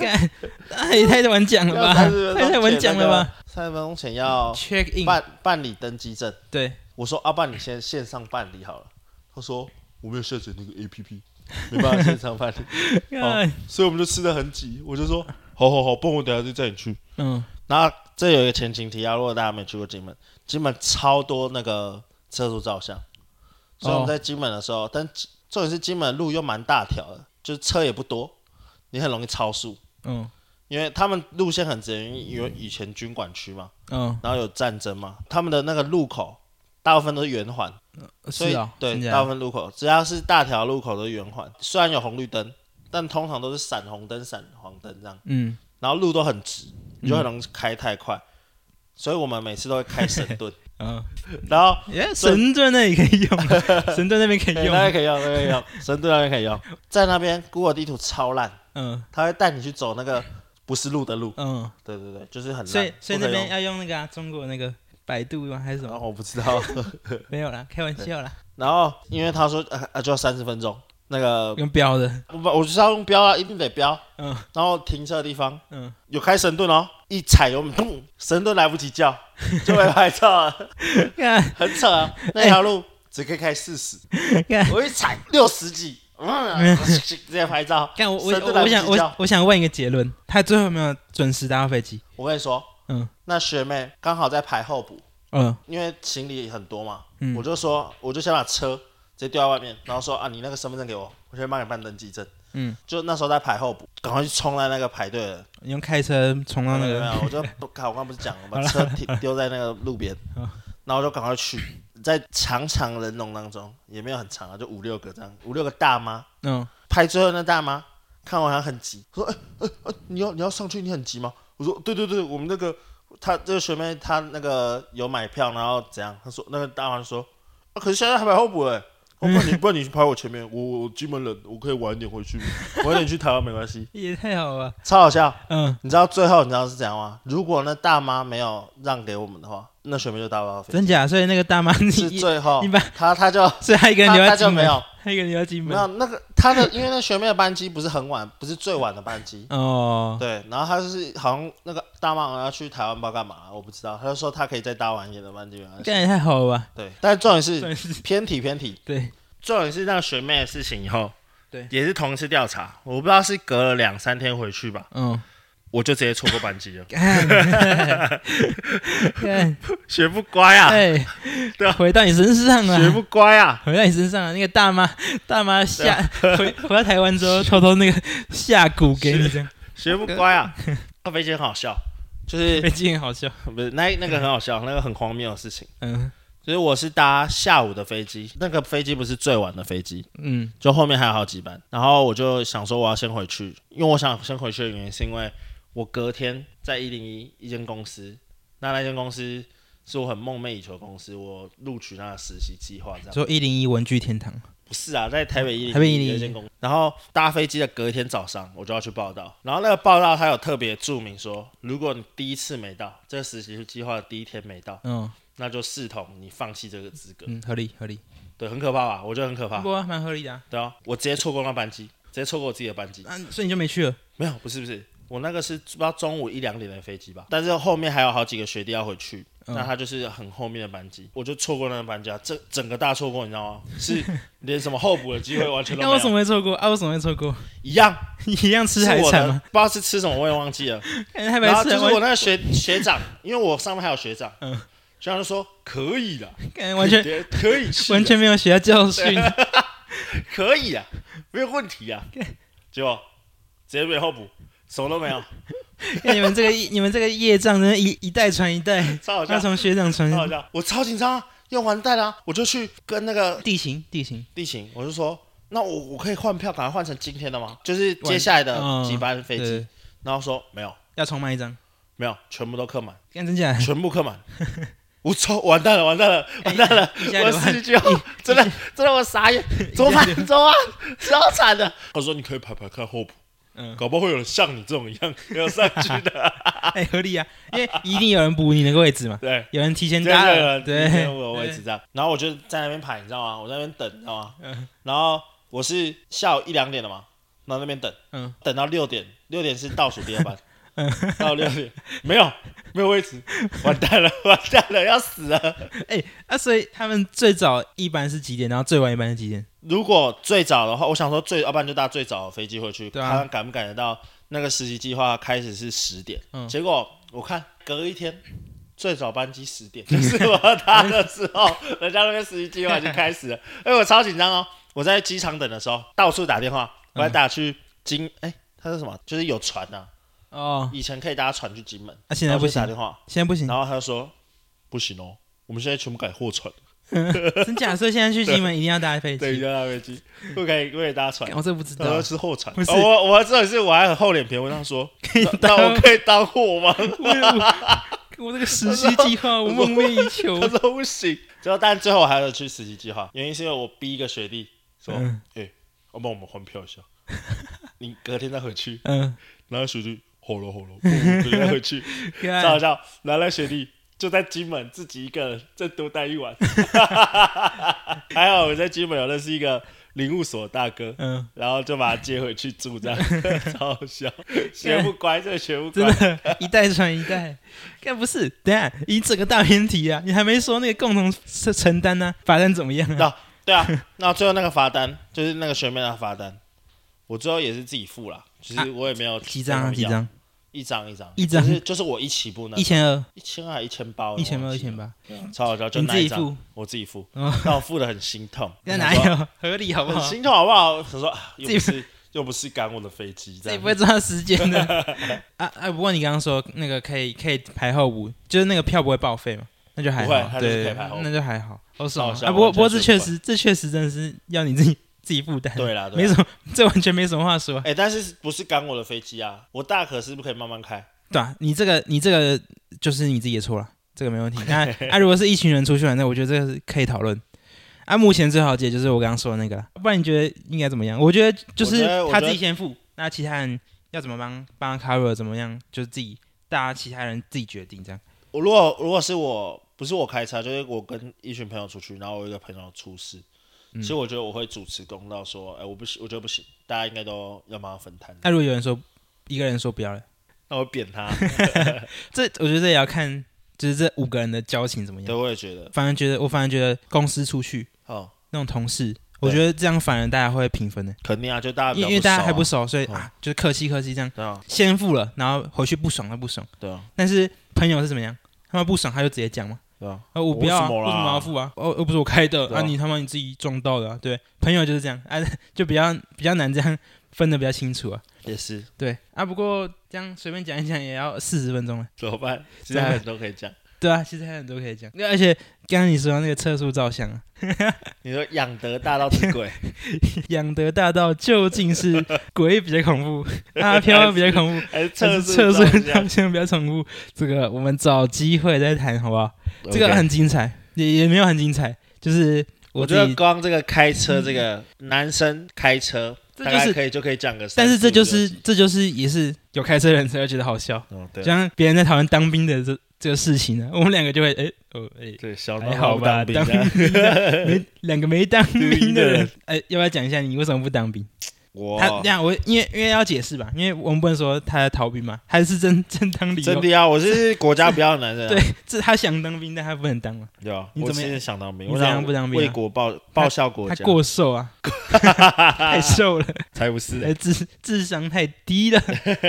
Speaker 1: 干，那也太晚讲了
Speaker 2: 要
Speaker 1: 吧？
Speaker 2: 三十分
Speaker 1: 太晚
Speaker 2: 钟前
Speaker 1: 讲
Speaker 2: 那
Speaker 1: 了
Speaker 2: 个
Speaker 1: 吧，
Speaker 2: 三十分钟前 要
Speaker 1: ？Check in，
Speaker 2: 办办理登记证。
Speaker 1: 对，”
Speaker 2: 我说：“阿、啊、爸，你先线上办理好了。”他说：“我没有下载那个 APP，没办法线上办理。
Speaker 1: 干
Speaker 2: 所以我们就吃的很挤。”我就说：“好好好，不然我等下就载你去。”
Speaker 1: 嗯，
Speaker 2: 然后这有一个前情提要，如果大家没去过金门，金门超多那个车主照相，所以我们在金门的时候，但重重点是金门的路又蛮大条的，就是车也不多，你很容易超速，
Speaker 1: 嗯，
Speaker 2: 因为他们路线很直，因为因为以前军管区嘛，
Speaker 1: 嗯，
Speaker 2: 然后有战争嘛，他们的那个路口大部分都是圆环，所以、
Speaker 1: 是啊，
Speaker 2: 对
Speaker 1: 真，假
Speaker 2: 大
Speaker 1: 的
Speaker 2: 部分路口只要是大条路口都是圆环，虽然有红绿灯，但通常都是闪红灯、闪黄灯这样。
Speaker 1: 嗯，
Speaker 2: 然后路都很直，你就很容易开太快，所以我们每次都会开神盾，
Speaker 1: 嗯，
Speaker 2: 然后
Speaker 1: 耶，神盾那里可以用，啊 神盾那边可以
Speaker 2: 对哎那
Speaker 1: 用，
Speaker 2: 边可以用，那边可以用，神盾那边可以用，在那边 Google 地图超烂，
Speaker 1: 嗯
Speaker 2: 他会带你去走那个不是路的路，
Speaker 1: 嗯，
Speaker 2: 对对对，就是很烂，
Speaker 1: 所以所以
Speaker 2: 不
Speaker 1: 那
Speaker 2: 可
Speaker 1: 边
Speaker 2: 用。哦
Speaker 1: 要用那个啊，中国那个百度吗？还是什
Speaker 2: 然
Speaker 1: 么？
Speaker 2: 后我不知道，
Speaker 1: 没有啦，开玩笑啦，
Speaker 2: 然后因为他说呃呃就要三十分钟，那个
Speaker 1: 用标的，
Speaker 2: 我我就是要用标啊，一定得标，
Speaker 1: 嗯
Speaker 2: 然后停车的地方
Speaker 1: 嗯，
Speaker 2: 有开神盾哦，一踩油门，砰，神盾来不及 叫就被拍照了。
Speaker 1: 看
Speaker 2: 很扯啊，那条路只可以开四十，
Speaker 1: 看
Speaker 2: 我一踩六十几，嗯， 直接拍照。
Speaker 1: 看我我
Speaker 2: 神盾来
Speaker 1: 我
Speaker 2: 不
Speaker 1: 我
Speaker 2: 及
Speaker 1: 想我
Speaker 2: 叫
Speaker 1: 我想问一个结论，他最后有没有准时搭到飞机？
Speaker 2: 我跟你说，
Speaker 1: 嗯
Speaker 2: 那学妹刚好在排候补，
Speaker 1: 嗯
Speaker 2: 因为行李很多嘛，
Speaker 1: 嗯
Speaker 2: 我就说，我就先把车直接丢在外面，然后说啊，你那个身份证给我，我先帮你办登记证。
Speaker 1: 嗯，
Speaker 2: 就那时候在排候补，赶快去冲在那个排队的人。
Speaker 1: 你用开车冲到那
Speaker 2: 没有没
Speaker 1: 个，
Speaker 2: 有，我就不，靠我刚不是讲了，把车停丢在那个路边
Speaker 1: 好，
Speaker 2: 然后我就赶快去，在长长人龙当中，也没有很长啊，就五六个这样，五六个大妈，
Speaker 1: 嗯
Speaker 2: 拍最后那大妈看完她很急，说：“哎、哎、哎，你要你要上去，你很急吗？”我说：“对对对，我们那个她这个学妹她那个有买票，然后怎样？”她说：“那个大妈就说，啊，可是现在还买候补哎、欸。”哦，不然你不然你去排我前面，我我我金门人，我可以晚一点回去，晚一点去台湾没关系，
Speaker 1: 也太好了吧，
Speaker 2: 超好笑。
Speaker 1: 嗯，
Speaker 2: 你知道最后你知道是怎样吗？如果那大妈没有让给我们的话，那学妹就搭不到飞。
Speaker 1: 真假？所以那个大妈你
Speaker 2: 是最后
Speaker 1: 一般，
Speaker 2: 她她就
Speaker 1: 所以他一个人
Speaker 2: 她
Speaker 1: 留
Speaker 2: 她
Speaker 1: 在
Speaker 2: 就
Speaker 1: 金
Speaker 2: 没
Speaker 1: 门，
Speaker 2: 有
Speaker 1: 他一个人留在金
Speaker 2: 没
Speaker 1: 门，
Speaker 2: 有那个她的，因为那学妹的班机不是很晚，不是最晚的班机，
Speaker 1: 哦，
Speaker 2: 对，然后他就是好像那个大妈好像要去台湾，不知道干嘛，我不知道。他就说他可以再搭晚一点的班机，没关系
Speaker 1: 干也太好了吧？
Speaker 2: 对，但重点是
Speaker 1: 算是
Speaker 2: 偏题偏题，
Speaker 1: 对，
Speaker 2: 重点是那个学妹的事情以后，
Speaker 1: 对
Speaker 2: 也是同一次调查，我不知道是隔了两三天回去吧，
Speaker 1: 嗯，，
Speaker 2: 我就直接错过班机了
Speaker 1: 干，干，
Speaker 2: 学不乖 啊，
Speaker 1: 哎
Speaker 2: 对啊，
Speaker 1: 回到你身上了，
Speaker 2: 学不乖啊，
Speaker 1: 回到你身上了。那个大妈，大妈下、回回到台湾之后，偷偷那个下蛊给你，这样
Speaker 2: 学不乖啊，那飞机很好笑， 就是
Speaker 1: 飞机很好笑。
Speaker 2: 不是那那个很好笑，那个很荒谬的事情，
Speaker 1: 嗯
Speaker 2: 就是我是搭下午的飞机，那个飞机不是最晚的飞机，
Speaker 1: 嗯
Speaker 2: 就后面还有好几班，然后我就想说我要先回去，因为我想先回去的原因是因为我隔天在一零一一间公司，那那间公司是我很梦寐以求的公司，我录取那个实习计划这样。
Speaker 1: 说一零一文具天堂，
Speaker 2: 不是啊，在台北一零
Speaker 1: 台北
Speaker 2: 一
Speaker 1: 101
Speaker 2: 有一间公司，然后搭飞机的隔一天早上我就要去报道，然后那个报道它有特别注明说，如果你第一次没到这个实习计划的第一天没到，
Speaker 1: 嗯
Speaker 2: 那就视同你放弃这个资格。
Speaker 1: 嗯，合理合理，
Speaker 2: 对，很可怕吧？我觉得很可怕
Speaker 1: 不。过蛮合理的啊。
Speaker 2: 对啊，我直接错过那班机，直接错过我自己的班机。
Speaker 1: 啊，所以你就没去了。
Speaker 2: 没有，不是不是，我那个是不知道中午一两点的飞机吧，但是后面还有好几个学弟要回去，
Speaker 1: 嗯
Speaker 2: 那他就是很后面的班机，我就错过那个班机啊，这整个大错过，你知道吗？是连什么候补的机会完全 都
Speaker 1: 那
Speaker 2: 没
Speaker 1: 为什
Speaker 2: 有，
Speaker 1: 么会错过？啊，为什么会错过？
Speaker 2: 一样
Speaker 1: 一样吃
Speaker 2: 是
Speaker 1: 海
Speaker 2: 我
Speaker 1: 产
Speaker 2: 的，
Speaker 1: 吗？
Speaker 2: 不知道是吃什么，我也忘 记了。
Speaker 1: 感觉太白
Speaker 2: 然后
Speaker 1: 痴
Speaker 2: 就是
Speaker 1: 了，
Speaker 2: 我
Speaker 1: 完
Speaker 2: 那个学学长，因为我上面还有学长，
Speaker 1: 嗯
Speaker 2: 学长就说可以啦，
Speaker 1: 感 哎觉完全
Speaker 2: 可以去啦，
Speaker 1: 完全没有学到教 训。哎
Speaker 2: 可 以啊，没有问题啊。结果直接没后补，什么都没有，
Speaker 1: 看你们这个你们这个业障真的一一代传一代，
Speaker 2: 超好
Speaker 1: 他
Speaker 2: 笑，
Speaker 1: 从学长传
Speaker 2: 超好笑，我超紧张啊，要完蛋啦、我就去跟那个
Speaker 1: 地形地形，
Speaker 2: 地勤，我就说，那我我可以换票，赶快换成今天的吗？就是接下来的
Speaker 1: 嗯
Speaker 2: 几班飞机，
Speaker 1: 对，
Speaker 2: 然后说没有
Speaker 1: 要重买一张，
Speaker 2: 没有，全部都客满，
Speaker 1: 看真假的，
Speaker 2: 全部客满。 我操！完蛋了，完蛋了，完蛋了！
Speaker 1: 一下
Speaker 2: 我
Speaker 1: 流汗
Speaker 2: 失去哦，真的，真的，我傻眼，怎么办？怎么办？超惨的。他说：“你可以排排看候补，
Speaker 1: 嗯，
Speaker 2: 搞不好会有人像你这种一样要上去的。
Speaker 1: 哎，合理啊，因为一定有人补你那个位置”嘛，
Speaker 2: 对，
Speaker 1: 有人提前
Speaker 2: 真
Speaker 1: 搭
Speaker 2: 的有人
Speaker 1: 了，
Speaker 2: 提
Speaker 1: 对
Speaker 2: 前，我位置这样。然后我就在那边排，你知道吗？我在那边等，你知道吗？
Speaker 1: 嗯
Speaker 2: 然后我是下午一两点的嘛，然后那边等，
Speaker 1: 嗯，
Speaker 2: 等到六点，六点是倒数第二班，到六点没有没有位置，完蛋了，完蛋了，要死了。
Speaker 1: 哎，啊，所以他们最早一班是几点，然后最晚一班是几点？
Speaker 2: 如果最早的话，我想说最，要不然就搭最早的飞机回去，
Speaker 1: 对啊
Speaker 2: 看看感不感觉到那个实习计划开始是十点，
Speaker 1: 嗯
Speaker 2: 结果我看隔一天。最早班机十点， 就是我要搭的时候，人家那边实习计划就开始了。 哎，我超紧张哦！我在机场等的时候，到处打电话，我还打去金，哎、他说什么？就是有船呐、啊，
Speaker 1: 哦，
Speaker 2: 以前可以搭船去金门，
Speaker 1: 啊，现在不
Speaker 2: 然后就打
Speaker 1: 行，
Speaker 2: 电话，
Speaker 1: 现在不行，
Speaker 2: 然后他就说不行哦，我们现在全部改货 船，
Speaker 1: 真假？所以现在去金门一定要搭飞
Speaker 2: 对，
Speaker 1: 机，
Speaker 2: 要搭飞机，不可以，不可以搭船
Speaker 1: 干。我这不知
Speaker 2: 他
Speaker 1: 道
Speaker 2: 说，是货船，
Speaker 1: 不是
Speaker 2: 哦我我这也是我还很厚脸皮，我跟他说， 那那
Speaker 1: 当
Speaker 2: 我可以当货吗？
Speaker 1: 我 我我这个实习计划 我梦寐以求， 嗯
Speaker 2: 他说不行。最后，但最后我还有去实习计划，原因是因为我逼一个学弟说，哎、
Speaker 1: 嗯
Speaker 2: 要不然我们换票一下， 你隔天再回去。
Speaker 1: 嗯，
Speaker 2: 然后学弟好了好了，我们隔天再回 去。超好
Speaker 1: 干
Speaker 2: 笑，然后那学弟就在金门自己一个人再多待一晚， 还好我在金门有认识一个领务所大哥，
Speaker 1: 嗯，
Speaker 2: 然后就把他接回去住，这样 超好笑，学不乖，这个学不
Speaker 1: 真
Speaker 2: 乖，
Speaker 1: 的，一代传一代。该不是，等一下以整个大前提啊，你还没说那个共同承承担呢、罚单怎么样啊？
Speaker 2: 那对啊，那最后那个罚单就是那个学妹那个罚单，我最后也是自己付啦，其
Speaker 1: 啊
Speaker 2: 实我也没有
Speaker 1: 几张啊？
Speaker 2: 跟他们
Speaker 1: 几
Speaker 2: 要，
Speaker 1: 张？
Speaker 2: 一张一张
Speaker 1: 一张
Speaker 2: 就是就是我一起付那
Speaker 1: 一千二、
Speaker 2: 一千二还一千八，
Speaker 1: 一千八、一
Speaker 2: 我忘记
Speaker 1: 千
Speaker 2: 了，
Speaker 1: 八，
Speaker 2: 超好笑，就
Speaker 1: 你
Speaker 2: 那
Speaker 1: 自
Speaker 2: 一
Speaker 1: 己
Speaker 2: 张
Speaker 1: 付，
Speaker 2: 我自己付，
Speaker 1: 哦
Speaker 2: 但我付的很心痛，
Speaker 1: 那
Speaker 2: 我想
Speaker 1: 哪
Speaker 2: 说
Speaker 1: 有合理好不
Speaker 2: 很
Speaker 1: 好？
Speaker 2: 心痛好不好？我说啊 又
Speaker 1: 自己
Speaker 2: 不是又不是赶我的飞机，这
Speaker 1: 这也
Speaker 2: 样
Speaker 1: 不会抓时间 的啊啊！不过你刚刚说那个可以可以排后补，就是那个票不会报废嘛？那就还
Speaker 2: 不会
Speaker 1: 好，
Speaker 2: 它就
Speaker 1: 对，
Speaker 2: 是可
Speaker 1: 对
Speaker 2: 以排后补
Speaker 1: 对那就还好，好爽
Speaker 2: 好
Speaker 1: 啊
Speaker 2: 笑
Speaker 1: 啊！不过
Speaker 2: 完全
Speaker 1: 不过这
Speaker 2: 是不
Speaker 1: 确
Speaker 2: 管
Speaker 1: 实这确实真的是要你自己自己负担，
Speaker 2: 对啦，对啦
Speaker 1: 没什么，这完全没什么话说啊，
Speaker 2: 哎，但是不是赶我的飞机啊？我大可是不是可以慢慢开？
Speaker 1: 对啊，你这个你这个就是你自己的错了，这个没问题。那啊，如果是一群人出去玩，那我觉得这个是可以讨论。啊，目前最好解就是我刚刚说的那个啦，不然你觉得应该怎么样？我觉得就
Speaker 2: 我
Speaker 1: 是
Speaker 2: 觉得我
Speaker 1: 他自
Speaker 2: 觉得
Speaker 1: 己先付，那其他人要怎么帮帮他 cover 怎么样，就是自己大家其他人自己决定这样。
Speaker 2: 我如果如果是我不是我开车，就是我跟一群朋友出去，然后我有一个朋友出事，
Speaker 1: 嗯
Speaker 2: 其实我觉得我会主持公道，说，哎，我不行，我觉得不行，大家应该都要帮他分摊，
Speaker 1: 那、如果有人说一个人说不要了，
Speaker 2: 那我扁他。
Speaker 1: 这我觉得这也要看就是这五个人的交情怎么
Speaker 2: 对，
Speaker 1: 样。
Speaker 2: 我也觉得，
Speaker 1: 反正觉得我反正觉得公司出去
Speaker 2: 哦，
Speaker 1: 那种同事，我觉得这样反而大家会平分的、
Speaker 2: 肯定啊，就大家比
Speaker 1: 因
Speaker 2: 较
Speaker 1: 为因为大家还不
Speaker 2: 熟
Speaker 1: 熟，所以
Speaker 2: 嗯
Speaker 1: 啊，就是客气客气这样。
Speaker 2: 啊对啊，
Speaker 1: 先付了，然后回去不爽那不爽。
Speaker 2: 对啊，
Speaker 1: 但是朋友是怎么样？他们不爽他就直接讲嘛，
Speaker 2: 对啊，
Speaker 1: 啊我不要、啊，
Speaker 2: 我为什么啦
Speaker 1: 为什么要付啊？哦，又不是我开的，
Speaker 2: 对啊
Speaker 1: 啊你他妈你自己撞到的、啊，对，朋友就是这样，啊就比较比较难这样分的比较清楚啊，
Speaker 2: 也是，
Speaker 1: 对啊，不过这样随便讲一讲也要四十分钟了，
Speaker 2: 怎么办？其他人都可以讲。
Speaker 1: 对啊，其实还有很多可以讲，而且刚刚你说那个测速照相啊，
Speaker 2: 你说养德大道之鬼，
Speaker 1: 养德大道究竟是 鬼比较恐怖， 阿飘比较恐怖。
Speaker 2: 还是
Speaker 1: 还
Speaker 2: 测
Speaker 1: 是
Speaker 2: 试
Speaker 1: 测速
Speaker 2: 照相
Speaker 1: 照相比较恐怖，这个我们找机会再谈好不好？这
Speaker 2: OK
Speaker 1: 个很精彩，也也没有很精彩，就是
Speaker 2: 我
Speaker 1: 我
Speaker 2: 觉
Speaker 1: 自
Speaker 2: 得
Speaker 1: 己，嗯
Speaker 2: 光这个开车，这个男生开车，
Speaker 1: 这
Speaker 2: 大
Speaker 1: 就
Speaker 2: 概
Speaker 1: 是，
Speaker 2: 可以就可以讲个三
Speaker 1: 但
Speaker 2: 四
Speaker 1: 是
Speaker 2: 五
Speaker 1: 这就
Speaker 2: 六集，
Speaker 1: 是这就是也是有开车的人才会觉得好笑，
Speaker 2: 哦，
Speaker 1: 就
Speaker 2: 对，
Speaker 1: 像别人在讨论当兵的这这个事情呢，我们两个就会哎哦哎。
Speaker 2: 对，小
Speaker 1: 还好吧，
Speaker 2: 当
Speaker 1: 当
Speaker 2: 兵啊的
Speaker 1: 兵的 没两个没当兵的
Speaker 2: 对
Speaker 1: 人，哎，要不要讲一下你为什么不当兵？他
Speaker 2: 我
Speaker 1: 这样，我因为因为要解释吧，因为我们不能说他在逃兵嘛，他是真 真当理由
Speaker 2: 真，的啊，我是国家不要的男人啊，
Speaker 1: 对，这他想当兵，但他不能当嘛，
Speaker 2: 对啊，
Speaker 1: 你
Speaker 2: 我
Speaker 1: 怎么
Speaker 2: 是
Speaker 1: 样
Speaker 2: 想当兵，
Speaker 1: 你
Speaker 2: 我
Speaker 1: 怎样
Speaker 2: 想
Speaker 1: 不当兵啊
Speaker 2: 为国报报效国
Speaker 1: 他
Speaker 2: 家，
Speaker 1: 过瘦 啊，太瘦了，
Speaker 2: 才不是
Speaker 1: 哎，
Speaker 2: 欸，
Speaker 1: 智智商太低 了，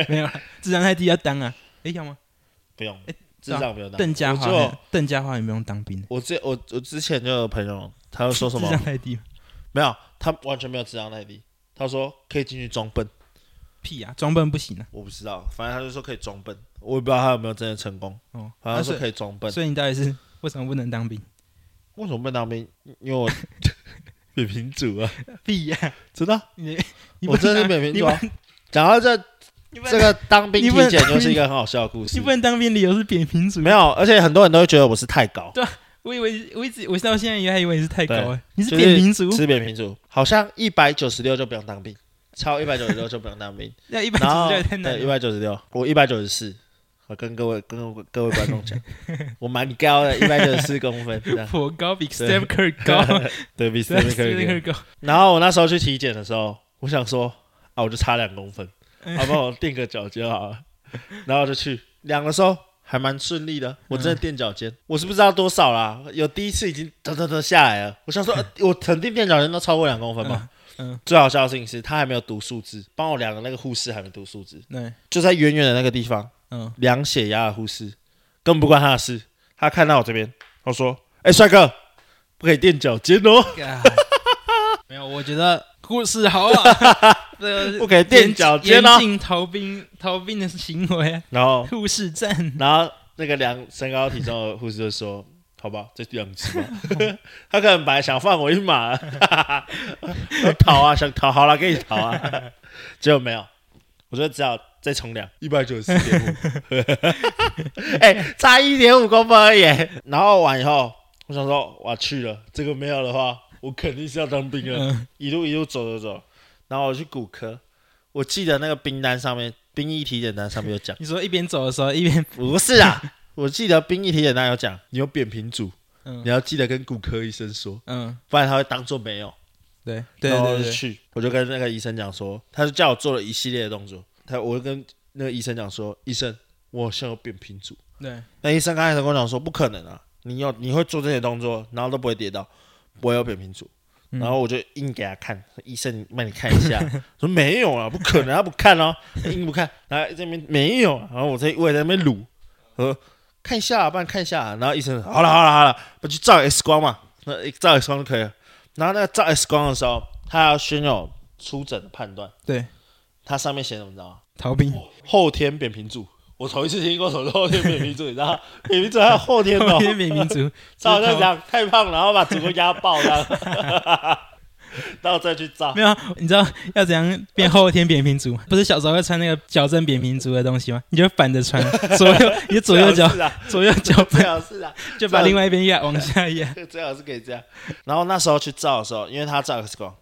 Speaker 1: 没有啦，智商太低要当啊，哎，要吗？
Speaker 2: 不用
Speaker 1: 哎，
Speaker 2: 智障不用当，
Speaker 1: 邓家
Speaker 2: 我
Speaker 1: 华
Speaker 2: 就，
Speaker 1: 邓家华也不用当兵，
Speaker 2: 我之我我之前就有朋友，他就说什
Speaker 1: 智
Speaker 2: 么
Speaker 1: 商太低，
Speaker 2: 没有，他完全没有智障耐力，他说可以进去装笨，
Speaker 1: 屁啊，装笨不行啊。
Speaker 2: 我不知道，反正他就说可以装笨，我也不知道他有没有真的成功。
Speaker 1: 哦，
Speaker 2: 反正
Speaker 1: 啊
Speaker 2: 他
Speaker 1: 所
Speaker 2: 说
Speaker 1: 以
Speaker 2: 可以装笨，
Speaker 1: 所以你到底是为什么不能当 兵？
Speaker 2: 为什么不能当兵？因 为我扁平足啊，
Speaker 1: 屁呀，
Speaker 2: 知道？
Speaker 1: 你你不
Speaker 2: 我真的
Speaker 1: 能当
Speaker 2: 是扁平
Speaker 1: 你
Speaker 2: 足
Speaker 1: 不
Speaker 2: 啊。讲到这
Speaker 1: 你不
Speaker 2: 这
Speaker 1: 能
Speaker 2: 个当兵
Speaker 1: 你
Speaker 2: 体
Speaker 1: 不能
Speaker 2: 检，就是一个很好笑的故
Speaker 1: 你
Speaker 2: 事
Speaker 1: 不。能当兵理由是扁平足
Speaker 2: 没。有，而且很多人都会觉得我是太高，
Speaker 1: 我以为我一直我到现在也还以为你是太高
Speaker 2: 对
Speaker 1: 哎， 你是
Speaker 2: 就是
Speaker 1: 扁平足，
Speaker 2: 吃扁平足，好像一百九十六就不用当兵，超一百九十六就不用 当兵。
Speaker 1: 那一百九
Speaker 2: 然后
Speaker 1: 十六太难
Speaker 2: 对，一
Speaker 1: 了。
Speaker 2: 百九十六，我一百九十四。我跟各位跟各位观众讲，我蛮高的，一百九十四公分， 这样
Speaker 1: 我高比 s
Speaker 2: 对
Speaker 1: t e p c u r 高
Speaker 2: 对比
Speaker 1: s
Speaker 2: 斯
Speaker 1: t e p c u
Speaker 2: 内克一
Speaker 1: r
Speaker 2: 点。
Speaker 1: 高。
Speaker 2: 然后我那时候去体检的时候，我想说啊，我就差两 公分，
Speaker 1: 嗯
Speaker 2: 好不好？我垫个脚尖好了。然后我就去量的时候还蛮顺利
Speaker 1: 嗯
Speaker 2: 的，我真的垫脚尖，我是不知道多少啦，有第一次已经噔噔噔下来了。我想说，呃我肯定垫脚尖都超过两公分吧。
Speaker 1: 嗯嗯
Speaker 2: 最好笑的事情是，他还没有读数字，帮我量的那个护士还没读数字，
Speaker 1: 嗯对，
Speaker 2: 就在远远的那个地方，
Speaker 1: 嗯，
Speaker 2: 量血压的护士，根本不关他的事。他看到我这边，他说：“哎、帅哥，不可以垫脚尖哦，
Speaker 1: 没有，我觉得故事好 啊，这
Speaker 2: 不
Speaker 1: 个
Speaker 2: 可以垫脚尖
Speaker 1: 严
Speaker 2: 哦。
Speaker 1: 禁逃兵逃兵的行为 啊，”
Speaker 2: 然后，
Speaker 1: 护士站。
Speaker 2: 然后那个量身高体重的护士就说：“好吧，这两次吧。” 他可能本来想放我一马，我逃啊，想逃，好了，给你逃啊， 结果没有，我就只好再重量一百九十四点五，哎、差一点五公分而已。然后完以后，我想说，哇，去了，这个没有的话，我肯定是要当兵了。
Speaker 1: 嗯，
Speaker 2: 一路一路走走走，然后我去骨科，我记得那个兵单上面，兵役体检单上面有讲，
Speaker 1: 你说一边走的时候一边
Speaker 2: 不是啊， 我记得兵役体检单有讲，你有扁平足，
Speaker 1: 嗯
Speaker 2: 你要记得跟骨科医生说，
Speaker 1: 嗯，
Speaker 2: 不然他会当做没有。
Speaker 1: 对对
Speaker 2: 然后我
Speaker 1: 对
Speaker 2: 就
Speaker 1: 对，
Speaker 2: 去，我就跟那个医生讲说，他就叫我做了一系列的动作，他我就跟那个医生讲说，医生，我好像有扁平足。
Speaker 1: 对
Speaker 2: 那医生刚开始跟我讲说，不可能啊，你有你会做这些动作，然后都不会跌倒，我有扁平足。
Speaker 1: 嗯
Speaker 2: 然后我就硬给他看，医生帮你看一下，说没有啊，不可能，他不看哦，硬不看，然后这边没有，啊然后我在我也在那边撸，我说看一下、啊，不然看一下、啊，然后医生说好了好了好了，不去照 X 光嘛，那照 X 光就可以了。然后那个照 X 光的时候，他要先有出诊的判断，
Speaker 1: 对，
Speaker 2: 它上面写什么你知道吗？
Speaker 1: 逃兵
Speaker 2: 后天扁平足。我头一次听过什么是后天扁平足，你知道吗？ 扁平足还有后 天的、
Speaker 1: 后
Speaker 2: 哦，
Speaker 1: 面扁平足，
Speaker 2: 照这样讲太胖，然后把足弓压爆了， 然后再去照。
Speaker 1: 没有，啊你知道要怎样变后天扁平足吗？ 不是小时候会穿那个矫正扁平足的东西吗？你就反着 穿，左右你就左右脚
Speaker 2: 最好是啊，
Speaker 1: 左右 脚
Speaker 2: 最
Speaker 1: 反，
Speaker 2: 好是啊，
Speaker 1: 就把另外一边压往下压。
Speaker 2: 最好是可以这样。然后那时候去照的时候，因为他照 X 光，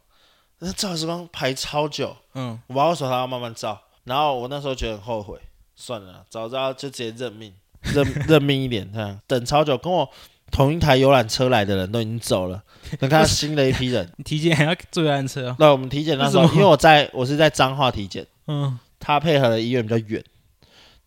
Speaker 2: 那照 X 光排超久，
Speaker 1: 嗯，
Speaker 2: 我不知道为什么他要慢慢照。然后我那时候觉得很后悔，算了，早知道就直接认 命，认认命一点，这样等超久。跟我同一台游览车来的人都已经走了，等看到新的一批人。
Speaker 1: 你体检还要坐游览车哦。
Speaker 2: 那我们体检那时候
Speaker 1: 为什，么
Speaker 2: 因为我在我是在彰化体检，
Speaker 1: 嗯，
Speaker 2: 他配合的医院比较远，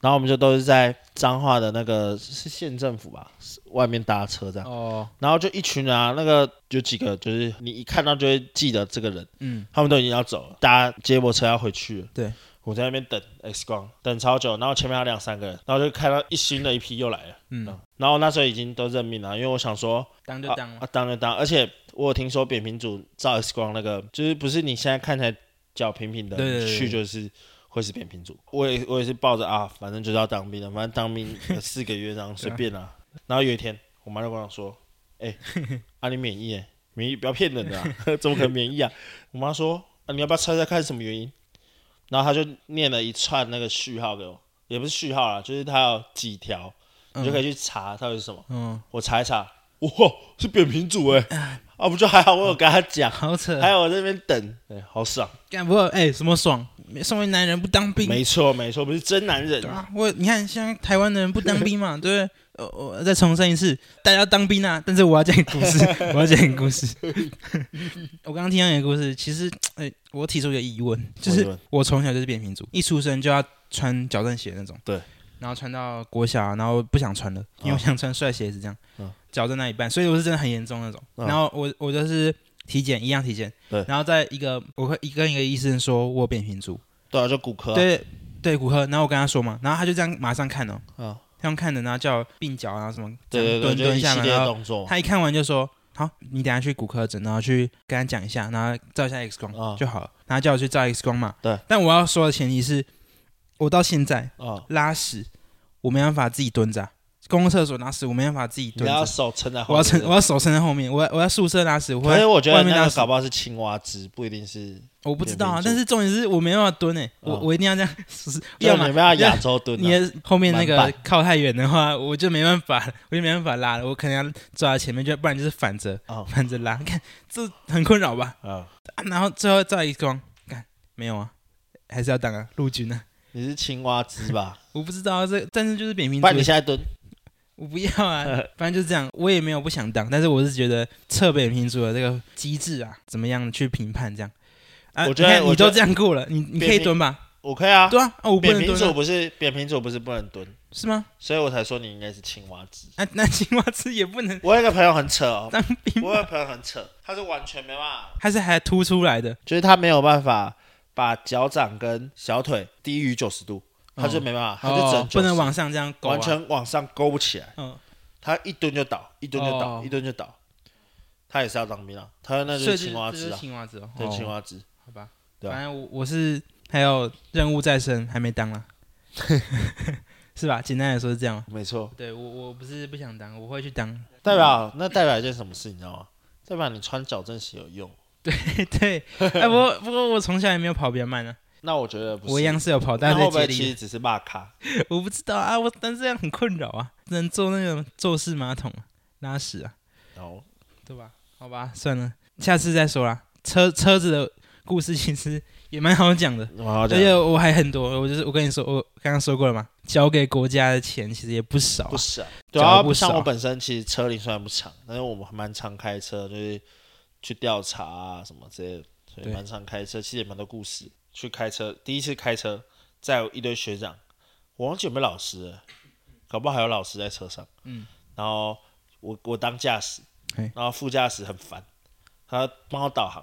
Speaker 2: 然后我们就都是在彰化的那个是县政府吧，是外面搭车这样，
Speaker 1: 哦，
Speaker 2: 然后就一群人啊，那个有几个就是你一看到就会记得这个人，
Speaker 1: 嗯，
Speaker 2: 他们都已经要走了，搭接驳车要回去了。
Speaker 1: 对，
Speaker 2: 我在那边等 X 光，等超久，然后前面还有两三个人，然后就看到一新的一批又来了，
Speaker 1: 嗯，
Speaker 2: 然后那时候已经都认命了，因为我想说
Speaker 1: 当就
Speaker 2: 啊
Speaker 1: 当了。
Speaker 2: 啊，当然当，而且我有听说扁平足照 X 光那个，就是不是你现在看起来脚平平的，
Speaker 1: 对对对对
Speaker 2: 去就是会是扁平足。我也我也是抱着啊，反正就是要当兵的，反正当兵有四个月这样随便啦、 然后有一天，我妈就跟我说：“哎、啊你免疫哎、免疫不要骗 人的、啊， 怎么可能免疫啊？”我妈说：“啊你要不要猜猜看是什么原因？”然后她就念了一串那个序号给我，也不是序号啦，就是它有几条，你就可以去查到底是什么。
Speaker 1: 嗯，
Speaker 2: 我查一查，哇，是扁平足哎、啊，不就还好，我有跟他讲，
Speaker 1: 好扯。
Speaker 2: 还有我在那边等，哎、好爽，
Speaker 1: 干不过哎，什么爽？身为男人不当兵，
Speaker 2: 没错没错，不是真男人，
Speaker 1: 啊，我你看，像台湾的人不当兵 嘛，对不对？呃，我再重申一次，大家当兵啊！但是我要讲一个故事， 我要讲一个故事。我刚刚听到你的故事，其实，哎、我提出一个疑问，就
Speaker 2: 什么疑
Speaker 1: 是
Speaker 2: 问
Speaker 1: 我从小就是扁平足，一出生就要穿矫正鞋那种，
Speaker 2: 对，啊
Speaker 1: 然后穿到国小，然后不想穿了，因为我想穿帅鞋子这样
Speaker 2: 嗯，
Speaker 1: 矫正那一半，所以我是真的很严重那种。
Speaker 2: 嗯
Speaker 1: 然后我我就是体检一样体检，
Speaker 2: 对
Speaker 1: 然后在一个我会一跟一个医生说我有扁平足，
Speaker 2: 对啊，就骨科、啊，
Speaker 1: 对对，骨科。然后我跟他说嘛，然后他就这样马上看哦，
Speaker 2: 嗯
Speaker 1: 他用看的，然后叫我鬓角啊什么，这样
Speaker 2: 对对对，
Speaker 1: 蹲
Speaker 2: 就
Speaker 1: 蹲
Speaker 2: 一
Speaker 1: 下
Speaker 2: 系
Speaker 1: 嘛。
Speaker 2: 列
Speaker 1: 然后
Speaker 2: 动作嘛，
Speaker 1: 他一看完就说：“好，你等一下去骨科诊，然后去跟他讲一下，然后照一下 X 光、
Speaker 2: 啊
Speaker 1: 就好了。”然后叫我去照 X 光嘛。
Speaker 2: 对。
Speaker 1: 但我要说的前提是，我到现在
Speaker 2: 哦，
Speaker 1: 拉屎，我没办法自己蹲着啊、公共厕所拉屎，我没办法自己
Speaker 2: 你
Speaker 1: 蹲
Speaker 2: 要
Speaker 1: 着。
Speaker 2: 手撑在后面。
Speaker 1: 我要撑，我要手撑在后面，我要我要宿舍拉屎，我
Speaker 2: 可是
Speaker 1: 要
Speaker 2: 我觉
Speaker 1: 外
Speaker 2: 得
Speaker 1: 面
Speaker 2: 那
Speaker 1: 拉
Speaker 2: 个
Speaker 1: 屎
Speaker 2: 搞不好是青蛙汁，不一定是，
Speaker 1: 我不知道啊。
Speaker 2: 也没
Speaker 1: 但是重点是我没办法蹲诶、我
Speaker 2: 哦
Speaker 1: 我一定要这样， 是
Speaker 2: 要
Speaker 1: 要
Speaker 2: 没
Speaker 1: 么
Speaker 2: 办法亚洲蹲
Speaker 1: 你
Speaker 2: 啊。
Speaker 1: 的后面那
Speaker 2: 蛮
Speaker 1: 个靠太远的话，我就没办法， 我就没办法拉了，我可能要抓在前面，就不然就是反着
Speaker 2: 哦
Speaker 1: 反着拉，看这很困扰吧、
Speaker 2: 啊，
Speaker 1: 啊然后最后照 X 光，看没有啊，还是要当啊陆军啊，
Speaker 2: 你是青蛙汁吧？
Speaker 1: 我不知道、啊、这，但是 就是扁平
Speaker 2: 不然你
Speaker 1: 足，
Speaker 2: 现在蹲，
Speaker 1: 我不要 啊，反正就是这样，我也没有不想当，但是我是觉得测扁平足的这个机制啊，怎么样去评判这样。啊，
Speaker 2: 我觉得
Speaker 1: 你看
Speaker 2: 我
Speaker 1: 你
Speaker 2: 觉得
Speaker 1: 都这样过了，你你可以蹲吧？
Speaker 2: 我可以啊。
Speaker 1: 对啊，啊我不
Speaker 2: 扁
Speaker 1: 能
Speaker 2: 平
Speaker 1: 蹲
Speaker 2: 足
Speaker 1: 啊，
Speaker 2: 不是扁平足不是不能蹲，
Speaker 1: 是吗？
Speaker 2: 所以我才说你应该是青蛙汁。
Speaker 1: 啊，那青蛙吃也不能
Speaker 2: 我有一个朋友很扯哦，
Speaker 1: 当兵，
Speaker 2: 我有一个朋友很扯，他是完全没办法，
Speaker 1: 还是还凸出来的？
Speaker 2: 就是他没有办法把脚掌跟小腿低于九十度，他就没办法，他就只
Speaker 1: 哦
Speaker 2: 能、90
Speaker 1: 不能往上这样勾、啊，
Speaker 2: 完全往上勾不起来，
Speaker 1: 嗯，
Speaker 2: 他一蹲就倒，一蹲就倒，
Speaker 1: 哦
Speaker 2: 一蹲就倒。他也是要当兵啊，他那就
Speaker 1: 所以
Speaker 2: 是
Speaker 1: 这
Speaker 2: 青蛙
Speaker 1: 这
Speaker 2: 汁
Speaker 1: 就是
Speaker 2: 啊，
Speaker 1: 青蛙子哦，
Speaker 2: 对青
Speaker 1: 哦，
Speaker 2: 蛙汁。
Speaker 1: 好吧，
Speaker 2: 对啊
Speaker 1: 反正我我是还有任务在身，还没当啦， 是吧？简单来说是这样啊。
Speaker 2: 没错，
Speaker 1: 对我我不是不想当，我会去当。
Speaker 2: 代表那代表一件什么事，你知道吗？代表你穿矫正鞋有用。
Speaker 1: 对，哎，不过不过我从小也没有跑比较慢啊，
Speaker 2: 那我觉得不是，
Speaker 1: 我一样是有跑，
Speaker 2: 那
Speaker 1: 但
Speaker 2: 会
Speaker 1: 是
Speaker 2: 不会
Speaker 1: 在
Speaker 2: 其
Speaker 1: 接力
Speaker 2: 实只是骂卡？
Speaker 1: 的， 我不知道啊，我但是这样很困扰啊，只能坐那个坐式马桶啊拉屎啊。
Speaker 2: 然后
Speaker 1: 对吧？好吧，算了，下次再说啦。车车子的故事其实也蛮好讲的，
Speaker 2: 然后
Speaker 1: 而且我还很多。我就是我跟你说，我刚刚说过了嘛，交给国家的钱其实也不少啊、
Speaker 2: 不少，
Speaker 1: 脚
Speaker 2: 主要
Speaker 1: 不
Speaker 2: 像
Speaker 1: 少
Speaker 2: 我本身其实车龄虽然不长，但是我们还蛮常开车，就是去调查啊什么之类的，所以
Speaker 1: 对
Speaker 2: 蛮常开车，其实也蛮多故事。去开车，第一次开车，载有一堆学长，我忘记有没有老师了，搞不好还有老师在车上。
Speaker 1: 嗯，
Speaker 2: 然后我我当驾驶，
Speaker 1: 嘿
Speaker 2: 然后副驾驶很烦，他帮我导航，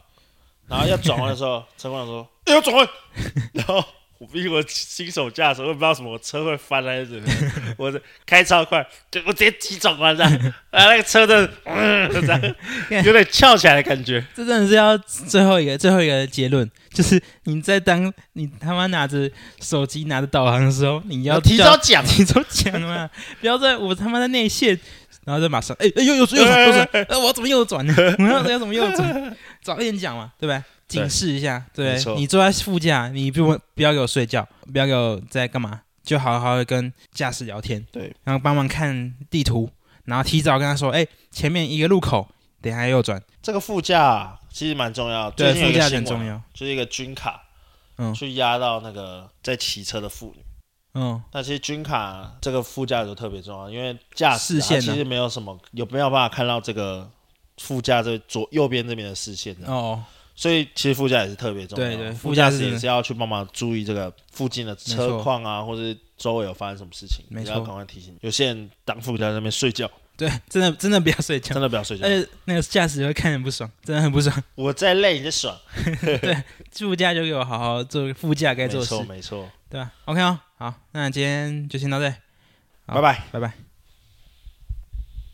Speaker 2: 然后要转弯的 时候，车况说哎要转弯， 然后。我因为我新手驾驶，我也不知道什么，我车会翻还是怎么样，我这开超快，就我直接急转弯这样， 啊，那个车的，嗯，这 样有点翘起来的感觉。
Speaker 1: 这真的是要最后一个最后一个结论，就是你在当你他妈拿着手机拿着导航的时候，你要
Speaker 2: 提
Speaker 1: 叫，
Speaker 2: 早 讲
Speaker 1: 提早讲嘛，不要在我他妈在内线，然后再马上哎哎右右转右转右转，呃我要怎么右转呢？ 我要要怎么右 转？早一点讲嘛，对吧？
Speaker 2: 对
Speaker 1: 警示一下，对
Speaker 2: 没错
Speaker 1: 你坐在副驾，你不不要给我睡觉，不要给我在干嘛，就好好的跟驾驶聊天，
Speaker 2: 对，
Speaker 1: 然后帮忙看地图，然后提早跟他说，哎，前面一个路口，等一下右转，
Speaker 2: 这个副驾、其实蛮重要，
Speaker 1: 对，
Speaker 2: 最近有
Speaker 1: 副
Speaker 2: 一个
Speaker 1: 驾
Speaker 2: 新
Speaker 1: 很
Speaker 2: 闻
Speaker 1: 重，要，
Speaker 2: 就是一个军卡，
Speaker 1: 嗯
Speaker 2: 去压到那个在骑车的妇女。
Speaker 1: 嗯，
Speaker 2: 那其实军卡这个副驾就特别重要，因为驾驶、啊、
Speaker 1: 视线啊
Speaker 2: 其实没有什么有没有办法看到这个副驾这左右边这边的视线的，
Speaker 1: 哦，
Speaker 2: 所以其实副驾也是特别重要。
Speaker 1: 对对
Speaker 2: 副
Speaker 1: 副驾
Speaker 2: 驾
Speaker 1: 驶
Speaker 2: 驶也
Speaker 1: 呢
Speaker 2: 是要去帮忙注意这个附近的车况啊，或者是周围有发生什么事情，
Speaker 1: 没错
Speaker 2: 你要赶快提醒。有些人当副驾在那边睡 觉，
Speaker 1: 对，真的真的不要睡觉
Speaker 2: 真。的不要睡觉
Speaker 1: 而。且那个驾驶会看很不爽，真的很不爽。
Speaker 2: 我再累你就爽，
Speaker 1: 副驾就给我好好做副驾该
Speaker 2: 没
Speaker 1: 做的事
Speaker 2: 错，没错，
Speaker 1: 啊对吧？OK 哦，好，那今天就先到这里，好
Speaker 2: 拜拜。
Speaker 1: 拜拜。